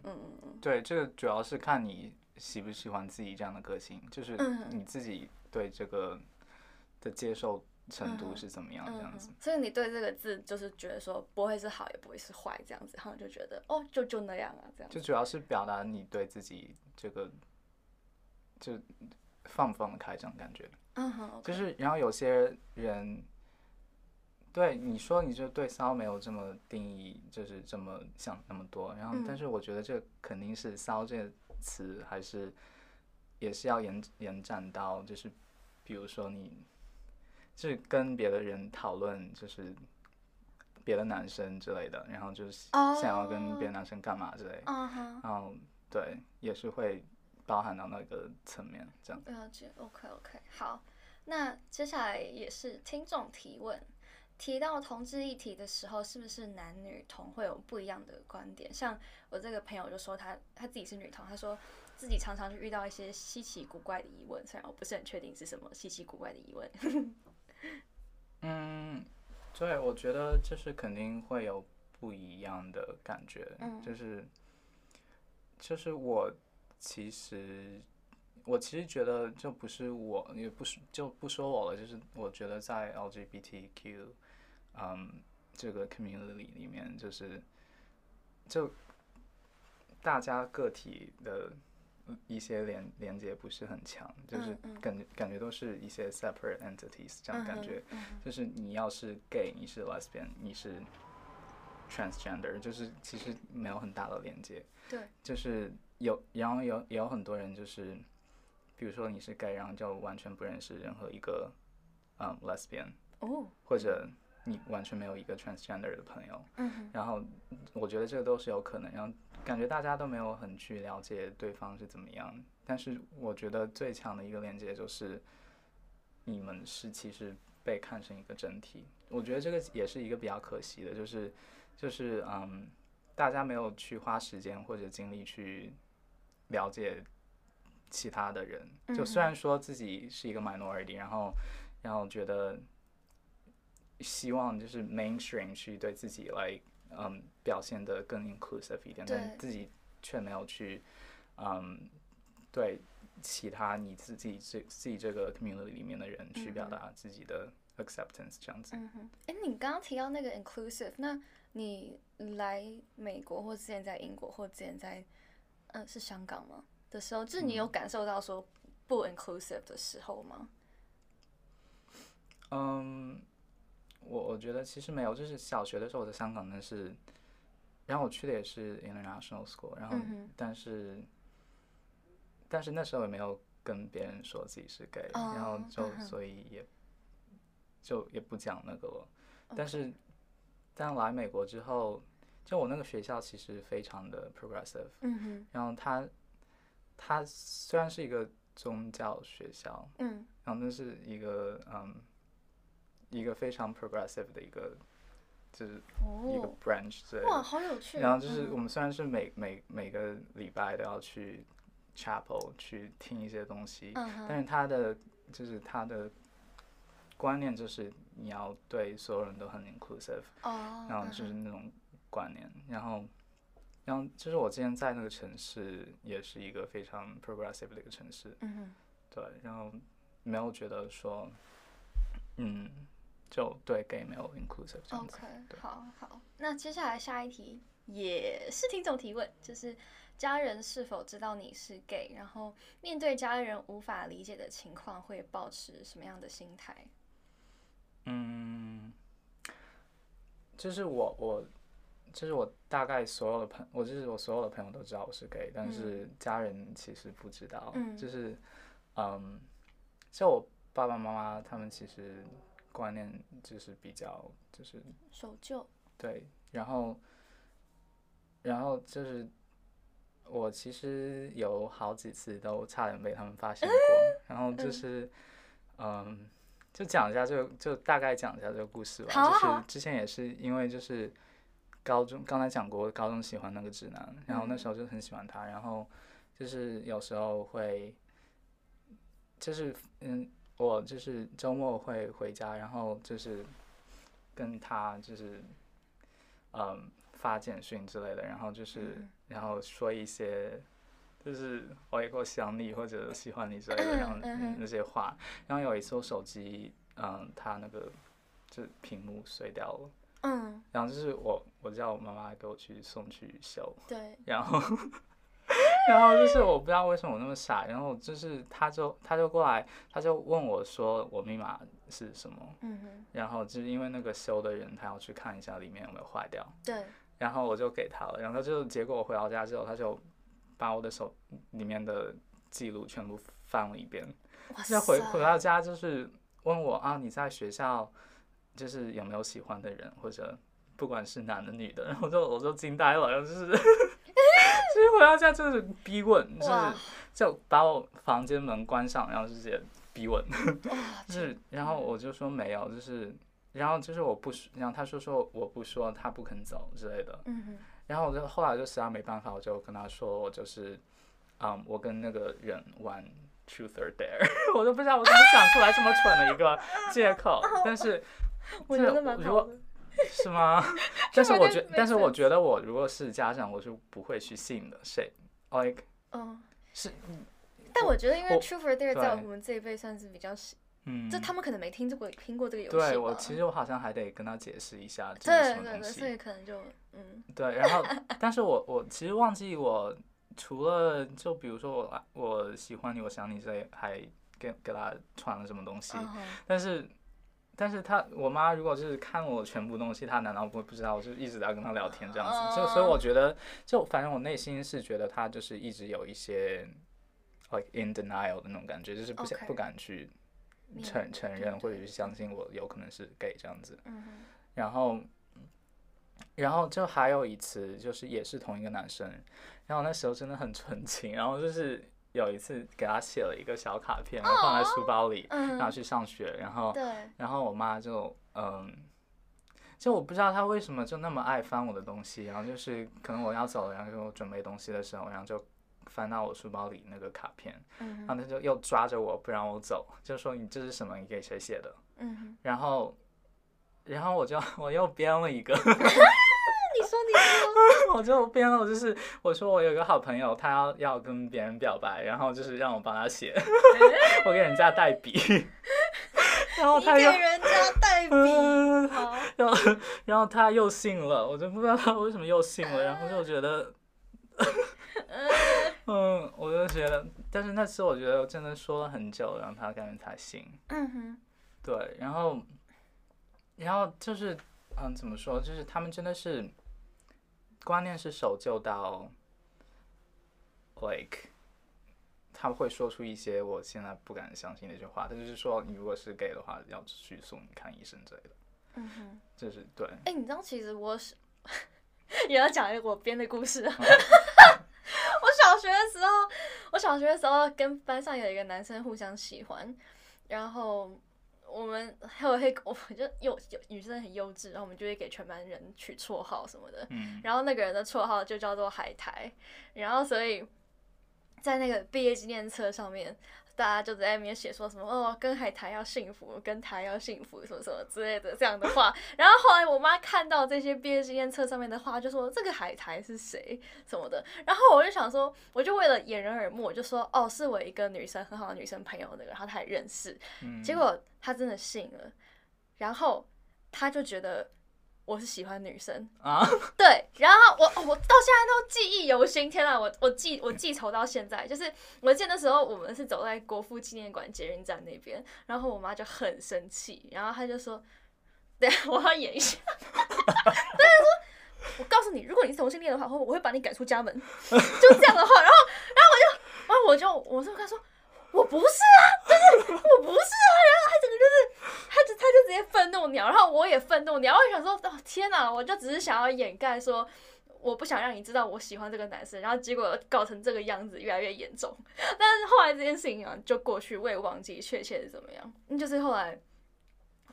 [SPEAKER 1] 嗯嗯嗯，
[SPEAKER 2] 对，这个主要是看你喜不喜欢自己这样的个性，就是
[SPEAKER 1] 嗯
[SPEAKER 2] 你自己对这个的接受程
[SPEAKER 1] 嗯
[SPEAKER 2] 度是怎么样这样子
[SPEAKER 1] 嗯。。所以你对这个字就是觉得说不会是好，也不会是坏这样子，然后你就觉得哦，就就那样啊，这样。
[SPEAKER 2] 就主要是表达你对自己这个就放不放得开这种感觉。
[SPEAKER 1] 嗯哼，OK，
[SPEAKER 2] 就是，然后有些人对你说，你就对骚没有这么定义，就是这么想那么多。然后，
[SPEAKER 1] 嗯
[SPEAKER 2] 但是我觉得这肯定是“骚”这个词，还是也是要延延展到，就是比如说你，就是跟别的人讨论，就是。别的男生之类的，然后就是想要跟别的男生干嘛之类的
[SPEAKER 1] 嗯哼，
[SPEAKER 2] 然后对，也是会包含到那个层面这样。
[SPEAKER 1] 了解，OK OK，好，那接下来也是听众提问。提到同志议题的时候，是不是男女同会有不一样的观点？像我这个朋友就说他他自己是女同，他说自己常常就遇到一些稀奇古怪的疑问，虽然我不是很确定是什么稀奇古怪的疑问。
[SPEAKER 2] 嗯，对，我觉得就是肯定会有不一样的感觉，
[SPEAKER 1] 嗯
[SPEAKER 2] 就是就是我其实我其实觉得就不是我，也不是就不说我了，就是我觉得在 LGBTQ 嗯这个 community 里面，就是就大家个体的一些连连接不是很强，就是
[SPEAKER 1] 嗯嗯
[SPEAKER 2] 感觉感觉都是一些 separate entities 这样感觉。
[SPEAKER 1] 嗯哼，
[SPEAKER 2] 就是你要是 gay，你是 lesbian，你是 transgender，就是其实没有很大的连接。
[SPEAKER 1] 对，
[SPEAKER 2] 就是有，然后有也有很多人就是，比如说你是 gay，然后就完全不认识任何一个嗯 lesbian，
[SPEAKER 1] 哦，
[SPEAKER 2] 或者你完全没有一个 transgender 的朋友。
[SPEAKER 1] 嗯哼，
[SPEAKER 2] 然后我觉得这个都是有可能，然后感觉大家都没有很去了解对方是怎么样。但是我觉得最强的一个连接就是，你们是其实被看成一个整体。我觉得这个也是一个比较可惜的，就是就是嗯，大家没有去花时间或者精力去了解其他的人。
[SPEAKER 1] 嗯
[SPEAKER 2] 就虽然说自己是一个 minority，然后然后觉得希望就是 mainstream 去对自己来嗯表现的更 inclusive 一点，但
[SPEAKER 1] 对
[SPEAKER 2] 自己却没有去嗯对其他你自己这自己这个 community 里面的人去表
[SPEAKER 1] 嗯哼
[SPEAKER 2] 达自己的 acceptance 这样子。
[SPEAKER 1] 嗯哼，哎，你刚刚提到那个 inclusive，那你来美国或之前在英国或之前在，嗯、是香港吗？的时候，就是你有感受到说不 inclusive 的时候吗？
[SPEAKER 2] 嗯，我我觉得其实没有，就是小学的时候我在香港，但是，然后我去的也是 international school，然后、
[SPEAKER 1] 嗯哼
[SPEAKER 2] 但是，但是那时候也没有跟别人说自己是 gay，、然后
[SPEAKER 1] 哦
[SPEAKER 2] 就、
[SPEAKER 1] 嗯哼
[SPEAKER 2] 所以也就也不讲那个了。但是，但来美国之后，就我那个学校其实非常的 progressive，
[SPEAKER 1] 嗯哼，
[SPEAKER 2] 然后它它虽然是一个宗教学校，
[SPEAKER 1] 嗯
[SPEAKER 2] 然后那是一个嗯，一个非常 progressive 的一个，就是一个
[SPEAKER 1] 哦，
[SPEAKER 2] branch 之类
[SPEAKER 1] 哇，
[SPEAKER 2] 的。
[SPEAKER 1] 好有趣。
[SPEAKER 2] 然后就是
[SPEAKER 1] 嗯
[SPEAKER 2] 我们虽然是每每每个礼拜都要去 chapel 去听一些东西，
[SPEAKER 1] 嗯
[SPEAKER 2] 但
[SPEAKER 1] 哼，
[SPEAKER 2] 是他的就是他的观念就是你要对所有人都很 inclusive，
[SPEAKER 1] 哦，
[SPEAKER 2] 然后
[SPEAKER 1] 嗯
[SPEAKER 2] 就是
[SPEAKER 1] 哼
[SPEAKER 2] 那种观念，然后。然后就是我之前在那个城市，也是一个非常 progressive 的一个城市，
[SPEAKER 1] 嗯哼，
[SPEAKER 2] 对，然后没有觉得说，嗯，就对 gay 没有 inclusive 这样子。
[SPEAKER 1] OK，
[SPEAKER 2] 对
[SPEAKER 1] 好好，那接下来下一题也是听众提问，就是家人是否知道你是 gay，然后面对家人无法理解的情况，会保持什么样的心态？
[SPEAKER 2] 嗯，就是我我就是我大概所有的朋，我就是我所有的朋友都知道我是 gay，但是家人其实不知道，
[SPEAKER 1] 嗯
[SPEAKER 2] 就是嗯，像我爸爸妈妈他们其实观念就是比较就是
[SPEAKER 1] 守旧，
[SPEAKER 2] 对，然后，然后就是我其实有好几次都差点被他们发现过，然后就
[SPEAKER 1] 嗯
[SPEAKER 2] 是，嗯，就讲一下就就大概讲一下这个故事吧。
[SPEAKER 1] 好啊
[SPEAKER 2] 就
[SPEAKER 1] 好
[SPEAKER 2] 是
[SPEAKER 1] 啊
[SPEAKER 2] 之前也是因为就是高中刚才讲过，高中喜欢那个直男，然后那
[SPEAKER 1] 嗯
[SPEAKER 2] 时候就很喜欢他，然后就是有时候会，就是嗯，我就是周末会回家，然后就是跟他就是嗯发简讯之类的，然后就是、
[SPEAKER 1] 嗯
[SPEAKER 2] 然后说一些。就是我我想你或者喜欢你之类的，然后
[SPEAKER 1] 嗯哼
[SPEAKER 2] 那些话。然后有一次我手机，嗯，它那个就是屏幕碎掉了，
[SPEAKER 1] 嗯，
[SPEAKER 2] 然后就是我我叫我妈妈给我去送去修，
[SPEAKER 1] 对，
[SPEAKER 2] 然后 然后就是我不知道为什么我那么傻，然后就是他就他就过来，他就问我说我密码是什么，
[SPEAKER 1] 嗯哼，
[SPEAKER 2] 然后就是因为那个修的人他要去看一下里面有没有坏掉，
[SPEAKER 1] 对，
[SPEAKER 2] 然后我就给他了，然后就结果我回到家之后，他就把我的手里面的记录全部翻了一遍，
[SPEAKER 1] 哇塞，
[SPEAKER 2] 要回回到家就是问我啊，你在学校就是有没有喜欢的人，或者不管是男的女的，然后我就我就惊呆了，然后就是 就是回到家就是逼问，就是
[SPEAKER 1] 哇
[SPEAKER 2] 就把我房间门关上，然后就直接逼问，
[SPEAKER 1] 哇，
[SPEAKER 2] 就是然后我就说没有，就是然后就是我不说，然后他说说我不说，他不肯走之类的，
[SPEAKER 1] 嗯哼，
[SPEAKER 2] 然后我就后来就实在没办法，我就跟他说，我就是，嗯，我跟那个人玩 Truth or Dare，我都 不知道我怎么想出来这么蠢的一个借 口，但是
[SPEAKER 1] 我
[SPEAKER 2] 这
[SPEAKER 1] 觉得蛮
[SPEAKER 2] 如
[SPEAKER 1] 好
[SPEAKER 2] 果
[SPEAKER 1] 的，
[SPEAKER 2] 是吗？ 但是
[SPEAKER 1] 我
[SPEAKER 2] 我
[SPEAKER 1] 觉
[SPEAKER 2] 觉
[SPEAKER 1] 得，
[SPEAKER 2] 但是我
[SPEAKER 1] make
[SPEAKER 2] 觉得我如果是家长，我就不会去信的，谁，like
[SPEAKER 1] 嗯。
[SPEAKER 2] 是，
[SPEAKER 1] 但我觉得，因为
[SPEAKER 2] 我
[SPEAKER 1] True for Dare 在
[SPEAKER 2] 对
[SPEAKER 1] 我们这一辈算是比较新，
[SPEAKER 2] 嗯，
[SPEAKER 1] 就他们可能没听这过听过这个游戏吧。
[SPEAKER 2] 对我其实我好像还得跟他解释一下这是
[SPEAKER 1] 对
[SPEAKER 2] 什么
[SPEAKER 1] 对
[SPEAKER 2] 东
[SPEAKER 1] 对，所
[SPEAKER 2] 西，
[SPEAKER 1] 以可能就嗯
[SPEAKER 2] 对，然后但是我我其实忘记我除了就比如说我我喜欢你，我想你之类，还给给他传了什么东西，
[SPEAKER 1] 嗯哼
[SPEAKER 2] 但是。但是他我妈如果就是看我全部东西，她难道不会不知道？我就一直在跟她聊天这样子，就所以我觉得，就反正我内心是觉得她就是一直有一些，like in denial 的那种感觉，就是不想
[SPEAKER 1] OK
[SPEAKER 2] 不敢去
[SPEAKER 1] 明
[SPEAKER 2] 承承
[SPEAKER 1] 对
[SPEAKER 2] 认
[SPEAKER 1] 对
[SPEAKER 2] 或者是相信我有可能是 gay 这样子。
[SPEAKER 1] 嗯哼
[SPEAKER 2] 然后，然后就还有一次，就是也是同一个男生，然后那时候真的很纯情，然后就是有一次给他写了一个小卡片，然后放在书包里，然后
[SPEAKER 1] 嗯，
[SPEAKER 2] 去上学，然后，
[SPEAKER 1] 对，
[SPEAKER 2] 然后我妈就嗯。就我不知道她为什么就那么爱翻我的东西，然后就是可能我要走了，然后就准备东西的时候，然后就翻到我书包里那个卡片，
[SPEAKER 1] 嗯
[SPEAKER 2] 然后
[SPEAKER 1] 哼
[SPEAKER 2] 她就又抓着我不让我走，就说你这是什么？你给谁写的？
[SPEAKER 1] 嗯哼，
[SPEAKER 2] 然后，然后我就 我又编了一个，
[SPEAKER 1] 那你说你说，
[SPEAKER 2] 我就编了，就是我说我有一个好朋友，他要要跟 别人表白，然后就是让我帮他写，我给人家代笔， 然后
[SPEAKER 1] 你
[SPEAKER 2] 他又
[SPEAKER 1] 给人家代笔，
[SPEAKER 2] 哦嗯，
[SPEAKER 1] 好，
[SPEAKER 2] 然后然后他又信了，我就不知道他为什么又信了，然后就 觉得，嗯，我就觉得，但是那次我觉得我真的说了很久，然后他感觉才信，
[SPEAKER 1] 嗯哼，
[SPEAKER 2] 对，然后然后就是，嗯，怎么说，就是他们真的是观念是守旧到，like。他会说出一些我现在不敢相信的一句话，他就是说，你如果是 gay 的话，要去送你看医生之类的，
[SPEAKER 1] 嗯哼，
[SPEAKER 2] 就是对。
[SPEAKER 1] 哎、你知道其实我是 也要讲一个我编的故事啊。 我小学的时候，我小学的时候跟班上有一个男生互相喜欢，然后我们还有黑，我们就幼幼女生很幼稚，然后我们就会给全班人取绰号什么的。
[SPEAKER 2] 嗯
[SPEAKER 1] 然后那个人的绰号就叫做海苔，然后所以在那个毕业纪念册上面，大家就在那边写说什么哦，跟海苔要幸福，跟台要幸福，什么什么之类的这样的话。然后后来我妈看到这些毕业纪念册上面的话，就说这个海苔是谁什么的。然后我就想说，我就为了掩人耳目，我就说哦，是我一个女生很好的女生朋友那个，然后她也认识，
[SPEAKER 2] 嗯，
[SPEAKER 1] 结果她真的信了，然后她就觉得我是喜欢女生。
[SPEAKER 2] 啊，
[SPEAKER 1] 对，然后我我到现在都记忆犹新，天哪，我我记我记仇到现在，就是我记得那时候我们是走在国父纪念馆捷运站那边，然后我妈就很生气，然后她就说，对，我要演一下，对，她说，我告诉你，如果你是同性恋的话，我我会把你赶出家门，就这样的话，然后然后我就，然后我就我就跟她说。我不是啊，就是我不是啊，然后她整个就是，她就她就直接愤怒鸟，然后我也愤怒鸟，我也想说，哦天哪，我就只是想要掩盖说我不想让你知道我喜欢这个男生，然后结果搞成这个样子，越来越严重。但是后来这件事情啊就过去，我也忘记确切是怎么样。嗯就是后来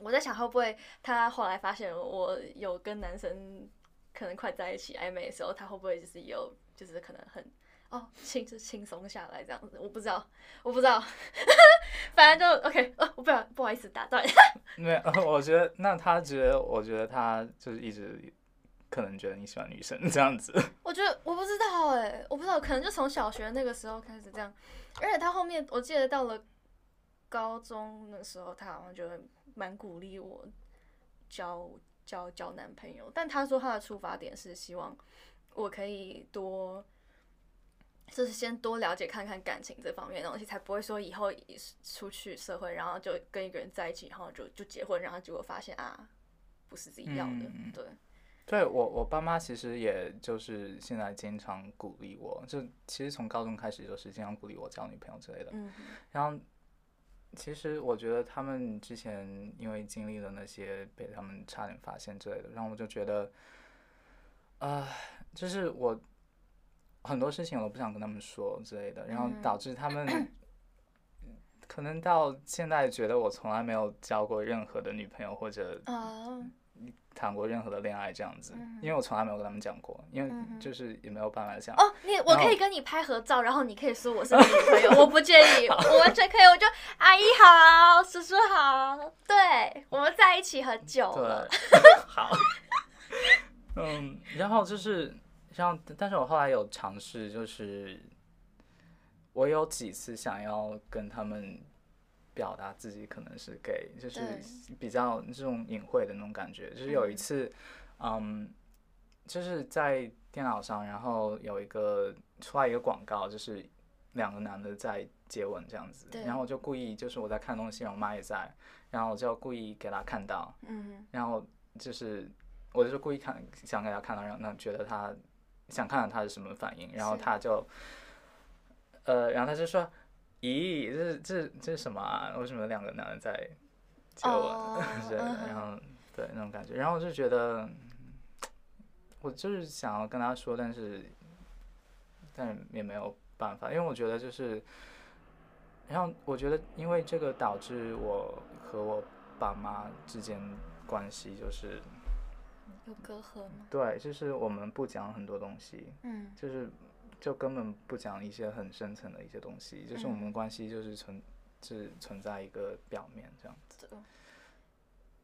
[SPEAKER 1] 我在想，会不会他后来发现我有跟男生可能快在一起暧昧的时候，他会不会就是有就是可能很哦轻就轻松下来这样子？我不知道，我不知道， 反正就 OK 哦，我不想不好意思打断。
[SPEAKER 2] 没有，我觉得那他觉得，我觉得他就是一直可能觉得你喜欢女生这样子，
[SPEAKER 1] 我觉得我不知道哎、我不知道，可能就从小学那个时候开始这样，而且他后面我记得到了高中的时候，他好像就会蛮鼓励我交交交男朋友，但他说他的出发点是希望我可以多。就是先多了解看看感情这方面的东西，才不会说以后一出去社会，然后就跟一个人在一起，然后就就结婚，然后结果发现啊，不是自己要的，
[SPEAKER 2] 嗯
[SPEAKER 1] 对，
[SPEAKER 2] 对我，我爸妈其实也就是现在经常鼓励我，就其实从高中开始就是经常鼓励我交女朋友之类的。
[SPEAKER 1] 嗯
[SPEAKER 2] 然后，其实我觉得他们之前因为经历了那些被他们差点发现之类的，然后我就觉得，啊、就是我很多事情我不想跟他们说之类的，然后
[SPEAKER 1] 嗯
[SPEAKER 2] 导致他们、可能到现在觉得我从来没有交过任何的女朋友或者
[SPEAKER 1] 哼，啊，
[SPEAKER 2] 谈过任何的恋爱这样子，
[SPEAKER 1] 嗯
[SPEAKER 2] 因为我从来没有跟他们讲过，因为
[SPEAKER 1] 嗯哼
[SPEAKER 2] 就是也没有办法讲。
[SPEAKER 1] 哦，你我
[SPEAKER 2] 然后
[SPEAKER 1] 可以跟你拍合照，然后你可以说我是你女朋 友，我不介意，我完全可以。我就阿姨好，叔叔好，对我们在一起很久了。
[SPEAKER 2] 对， 好。嗯，然后就是，然后，但是我后来有尝试，就是我有几次想要跟他们表达自己可能是 gay，就是比较这种隐晦的那种感觉。就是有一
[SPEAKER 1] 嗯
[SPEAKER 2] 次，嗯，就是在电脑上，然后有一个出来一个广告，就是两个男的在接吻这样子，
[SPEAKER 1] 对
[SPEAKER 2] 然后我就故意就是我在看东西，然后我妈也在，然后我就故意给她看到，
[SPEAKER 1] 嗯
[SPEAKER 2] 然后就是我就是故意看想给他看到，然后那觉得他想看看他是什么反应，然后
[SPEAKER 1] 是
[SPEAKER 2] 他就呃，然后他就说：“咦，这是这是这是什么啊？为什么两个男人在接吻
[SPEAKER 1] 哦
[SPEAKER 2] 之类的
[SPEAKER 1] 嗯？”哼
[SPEAKER 2] 然后对那种感觉，然后我就觉得嗯我就是想要跟他说，但是但也没有办法，因为我觉得就是。然后我觉得，因为这个导致我和我爸妈之间关系就是
[SPEAKER 1] 哼，有隔阂吗？
[SPEAKER 2] 对，就是我们不讲很多东西，
[SPEAKER 1] 嗯
[SPEAKER 2] 就是就根本不讲一些很深层的一些东西，就是我们
[SPEAKER 1] 嗯
[SPEAKER 2] 关系就是存是存在一个表面这样子。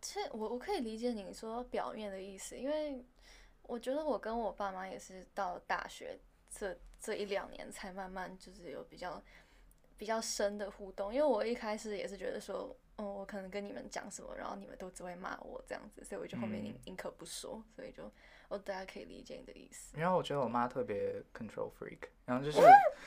[SPEAKER 1] 其实我我可以理解你说表面的意思，因为我觉得我跟我爸妈也是到大学这这一两年才慢慢就是有比较比较深的互动，因为我一开始也是觉得说，哦，我可能跟你们讲什么，然后你们都只会骂我这样子，所以我就后面宁宁可不说，所以就哦，大家可以理解你的意思。
[SPEAKER 2] 然后我觉得我妈特别 control freak，然后就是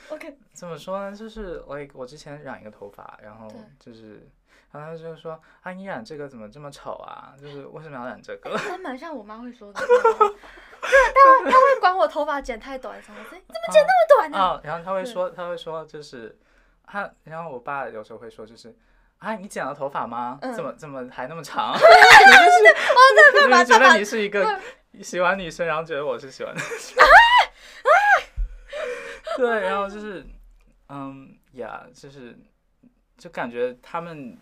[SPEAKER 1] OK，
[SPEAKER 2] 怎么说呢，就是 like 我之前染一个头发，然后
[SPEAKER 1] 对
[SPEAKER 2] 就是，然后她就说啊你染这个怎么这么丑啊，就是为什么要染这个？
[SPEAKER 1] 还蛮像我妈会说的，她啊她会她会管我头发剪太短什么的，怎么剪那么短呢、
[SPEAKER 2] 啊，然后她会
[SPEAKER 1] 对
[SPEAKER 2] 说她会说就是，她，然后我爸有时候会说就是。啊，你剪了头发吗？
[SPEAKER 1] 嗯哦
[SPEAKER 2] 怎么怎么还那么 长？对 对对，我觉得你是一个
[SPEAKER 1] 嗯
[SPEAKER 2] 喜欢女生，然后觉得我是喜欢男
[SPEAKER 1] 啊
[SPEAKER 2] 生。对，然后就是，嗯呀，就是就感觉他们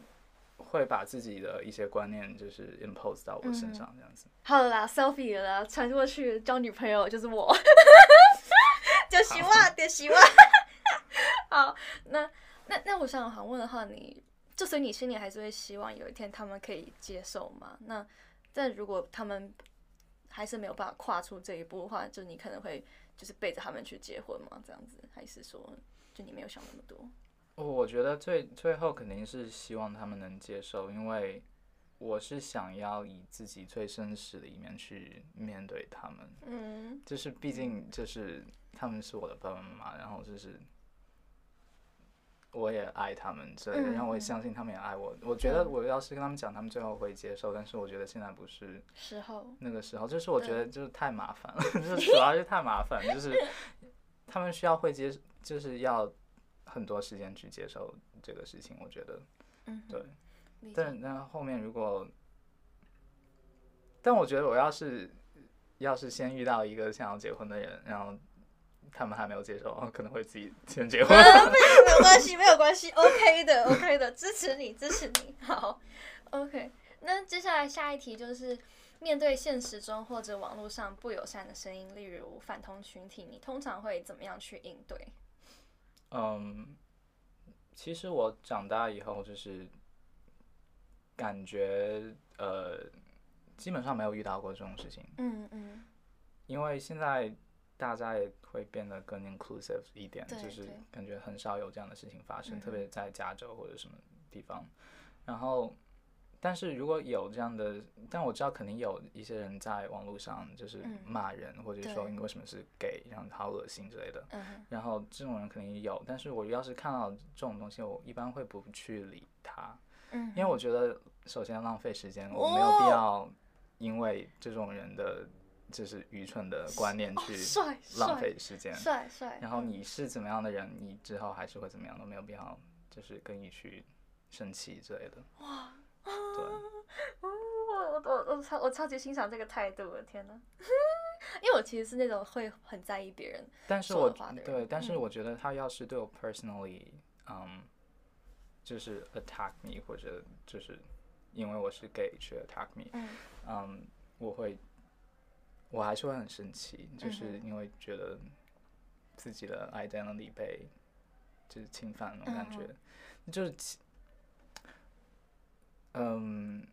[SPEAKER 2] 会把自己的一些观念就是 impose 到我身
[SPEAKER 1] 嗯
[SPEAKER 2] 上这样子。
[SPEAKER 1] 好了啦，selfie 了啦，传过去交女朋友就是我， 就希望，就希望。 好，那那那我想想问的话，你就所以你心里还是会希望有一天他们可以接受吗？那但如果他们还是没有办法跨出这一步的话，就你可能会就是背着他们去结婚吗？这样子，还是说就你没有想那么多？
[SPEAKER 2] 我我觉得最最后肯定是希望他们能接受，因为我是想要以自己最真实的一面去面对他们。
[SPEAKER 1] 嗯，
[SPEAKER 2] 就是毕竟就是他们是我的爸爸妈妈，然后就是我也爱他们之类的，
[SPEAKER 1] 嗯
[SPEAKER 2] 然后我也
[SPEAKER 1] 嗯
[SPEAKER 2] 相信他们也爱我。我觉得
[SPEAKER 1] 嗯
[SPEAKER 2] 我要是跟他们讲，他们最后会接受，但是我觉得现在不是
[SPEAKER 1] 时候，
[SPEAKER 2] 那个时候，就是我觉
[SPEAKER 1] 嗯
[SPEAKER 2] 得就是太麻 烦了，就是主要是太麻烦，就是他们需要会接，就是要很多时间去接受这个事情，我觉得。
[SPEAKER 1] 嗯，
[SPEAKER 2] 对，
[SPEAKER 1] 理解，
[SPEAKER 2] 但那后面如果，但我觉得我要是要是先遇到一个想要结婚的人，然后他们还没有接受，我可能会自己先 结婚。
[SPEAKER 1] 啊，不行，没有关系，没有关系，OK 的，OK 的，支持你，支持你，好，OK。那接下来下一题就是，面对现实中或者网络上不友善的声音，例如反同群体，你通常会怎么样去应对？
[SPEAKER 2] 嗯，其实我长大以后就是感觉呃，基本上没有遇到过这种事情，
[SPEAKER 1] 嗯嗯，
[SPEAKER 2] 因为现在大家也会变得更 inclusive 一点，
[SPEAKER 1] 对
[SPEAKER 2] 就是
[SPEAKER 1] 对
[SPEAKER 2] 感觉很少有这样的事情发生，
[SPEAKER 1] 嗯
[SPEAKER 2] 特别在加州或者什么地方。然后，但是如果有这样的，但我知道肯定有一些人在网络上就是
[SPEAKER 1] 嗯
[SPEAKER 2] 骂人，或者说
[SPEAKER 1] 对
[SPEAKER 2] 你为什么是 gay，然后好恶心之类的。
[SPEAKER 1] 嗯哼
[SPEAKER 2] 然后这种人肯定有，但是我要是看到这种东西，我一般会不去理他，
[SPEAKER 1] 嗯
[SPEAKER 2] 因为我觉得首先浪费时间，我
[SPEAKER 1] 哦
[SPEAKER 2] 没有必要因为这种人的就是愚蠢的观念
[SPEAKER 1] 哦
[SPEAKER 2] 去
[SPEAKER 1] 帅
[SPEAKER 2] 浪
[SPEAKER 1] 帅
[SPEAKER 2] 费时间。
[SPEAKER 1] 帅帅，
[SPEAKER 2] 然后
[SPEAKER 1] 嗯
[SPEAKER 2] 你是怎么样的人，你之后还是会怎么样都没有必要就是跟你去生气之类的。对，
[SPEAKER 1] 哦，我我我超我超级欣赏这个态度，我的天哪！ 因为我其实是那种会很在意别人，
[SPEAKER 2] 但是
[SPEAKER 1] 说
[SPEAKER 2] 我
[SPEAKER 1] 的话的人
[SPEAKER 2] 对，但是
[SPEAKER 1] 嗯
[SPEAKER 2] 我觉得他要是对我 personally，嗯，就是 attack me 或者就是因为我是 gay 去 attack me，
[SPEAKER 1] 嗯
[SPEAKER 2] 嗯，我会，我还是会很生气，就是
[SPEAKER 1] 嗯
[SPEAKER 2] 因为觉得自己的 identity 被就是侵犯那
[SPEAKER 1] 嗯
[SPEAKER 2] 种感觉，就是其，嗯，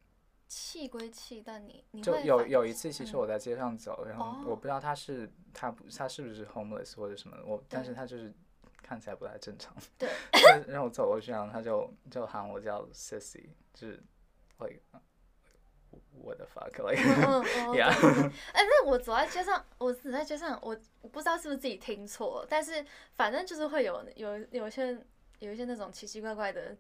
[SPEAKER 1] 气归气，但你你
[SPEAKER 2] 就
[SPEAKER 1] 会
[SPEAKER 2] 有
[SPEAKER 1] 反
[SPEAKER 2] 有一次，其
[SPEAKER 1] 嗯
[SPEAKER 2] 实我在街上走，然后我
[SPEAKER 1] 哦
[SPEAKER 2] 不知道他是他不他是不是 homeless 或者什么的，我但
[SPEAKER 1] 对
[SPEAKER 2] 是他就是看起来不太正常，
[SPEAKER 1] 对，
[SPEAKER 2] 然后让我走过去，然后他就就喊我叫 sissy，就是 like what the fuck，like
[SPEAKER 1] 嗯嗯嗯
[SPEAKER 2] yeah。
[SPEAKER 1] 哎，那我走在街上，我走在街上，我我不知道是不是自己听错，但是反正就是会有有有一些有一些那种奇奇怪怪的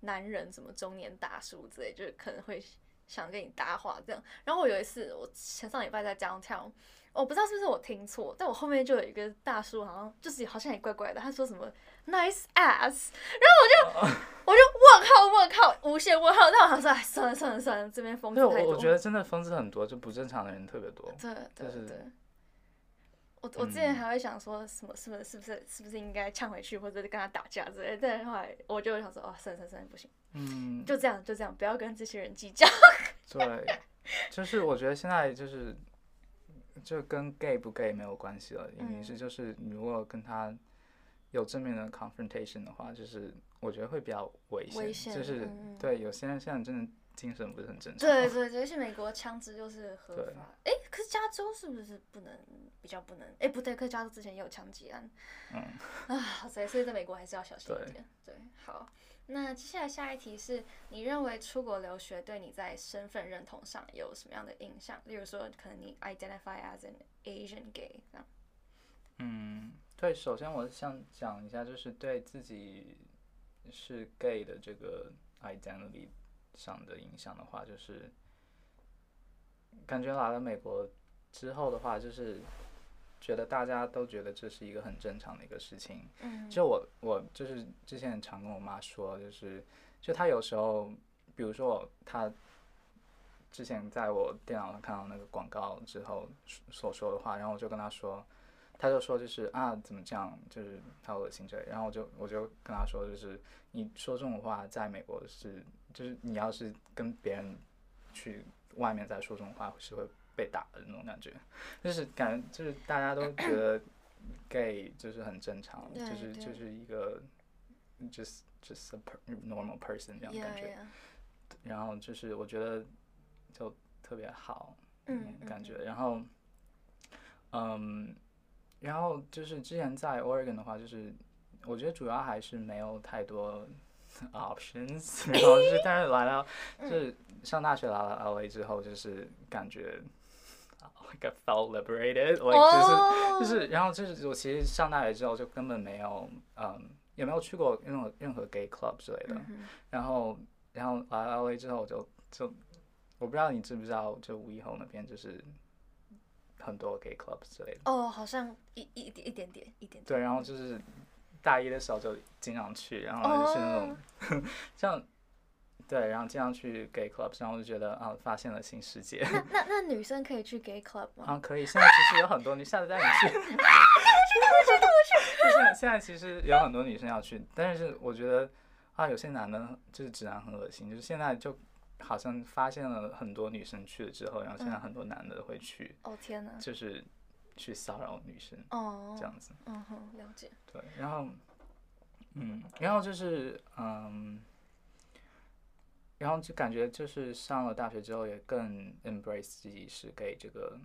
[SPEAKER 1] 男人，什么中年大叔之类，就是可能会想跟你搭话这样。然后我有一次，我前上礼拜在 downtown，我不知道是不是我听错，但我后面就有一个大叔，好像就是好像也怪怪的，他说什么 nice ass，然后我就
[SPEAKER 2] 哦
[SPEAKER 1] 我就问号问号无限问号，但我想说，哎，算了算了算了，这边疯子
[SPEAKER 2] 对，
[SPEAKER 1] 太多。
[SPEAKER 2] 我我觉得真的疯子很多，就不正常的人特别多。
[SPEAKER 1] 对对
[SPEAKER 2] 是
[SPEAKER 1] 对。我我之前
[SPEAKER 2] 嗯
[SPEAKER 1] 还会想说什么是不是是不是是不是应该呛回去或者是跟他打架之类的，但是后来我就想说哦，算了算了算了，不行，
[SPEAKER 2] 嗯，
[SPEAKER 1] 就这样就这样，不要跟这些人计较。
[SPEAKER 2] 对，就是我觉得现在就是就跟 gay 不 gay 没有关系了，已经
[SPEAKER 1] 嗯
[SPEAKER 2] 是就是你如果跟他有正面的 confrontation 的话，就是我觉得会比较危险，
[SPEAKER 1] 危
[SPEAKER 2] 就
[SPEAKER 1] 险
[SPEAKER 2] 是
[SPEAKER 1] 嗯嗯
[SPEAKER 2] 对有些人现在真的精神不是很正 常。
[SPEAKER 1] 对对对，而且美国枪支就是合
[SPEAKER 2] 对
[SPEAKER 1] 法，哎，可是加州是不是不能比较不能？哎，不对，可是加州之前也有枪击案
[SPEAKER 2] 嗯，
[SPEAKER 1] 啊，所以所以在美国还是要小心
[SPEAKER 2] 对
[SPEAKER 1] 一点。对，好，那接下来下一题是你认为出国留学对你在身份认同上有什么样的影响？例如说，可能你 identify as an Asian gay 这样。
[SPEAKER 2] 嗯，对，首先我想讲一下，就是对自己是 gay 的这个 identity 上的影响的话，就是感觉来了美国之后的话，就是觉得大家都觉得这是一个很正常的一个事情。
[SPEAKER 1] 嗯
[SPEAKER 2] 就我我就是之前很常跟我妈说，就是就她有时候，比如说我她之前在我电脑上看到那个广告之后所所说的话，然后我就跟她说，她就说就是啊怎么这样，就是她恶心之类，然后我就我就跟她说，就是你说这种话在美国是，就是你要是跟别人去外面再说这种话是会被打的那种感觉，就是感觉就是大家都觉得 gay 就是很正常，
[SPEAKER 1] 对
[SPEAKER 2] 就是
[SPEAKER 1] 对
[SPEAKER 2] 就是一个 just just a per, normal person 这样的感觉。
[SPEAKER 1] yeah.
[SPEAKER 2] 然后就是我觉得就特别好，
[SPEAKER 1] 嗯，
[SPEAKER 2] 感觉。然后，嗯，然后就是之前在 Oregon 的话，就是我觉得主要还是没有太多 options，然后就是但是 来到
[SPEAKER 1] 嗯
[SPEAKER 2] 就是上大学来了 LA 之后，就是感觉 like I felt liberated，like 就是。
[SPEAKER 1] 哦，
[SPEAKER 2] 就是，然后就是我其实上大学之后就根本没有，嗯，也没有去过任何任何 gay club 之类的。
[SPEAKER 1] 嗯
[SPEAKER 2] 然后，然后来 L A 之后我就就，我不知道你知不知道，就五一后那边就是很多 gay club 之类的。
[SPEAKER 1] 哦，好像一一一点一点点一点点。
[SPEAKER 2] 对，然后就是大一的时候就经常去，然后就是那种、 像，对，然后经常去 gay club，然后就觉得啊，发现了新世界。
[SPEAKER 1] 那那那女生可以去 gay club 吗？
[SPEAKER 2] 啊，可以。现在其实有很多，你下次带
[SPEAKER 1] 啊
[SPEAKER 2] 你去。就是 现在其实有很多女生要去，但是我觉得啊，有些男的就是直男很恶心，就是现在就好像发现了很多女生去了之后，然后现在
[SPEAKER 1] 嗯
[SPEAKER 2] 很多男的会去，
[SPEAKER 1] 哦天哪！
[SPEAKER 2] 就是去骚扰女生
[SPEAKER 1] 哦
[SPEAKER 2] 这，样子。
[SPEAKER 1] 嗯哼，了解。
[SPEAKER 2] 对，然后，嗯，然后就是，嗯，然后就感觉就是上了大学之后，也更 embrace 自己是 gay 这个，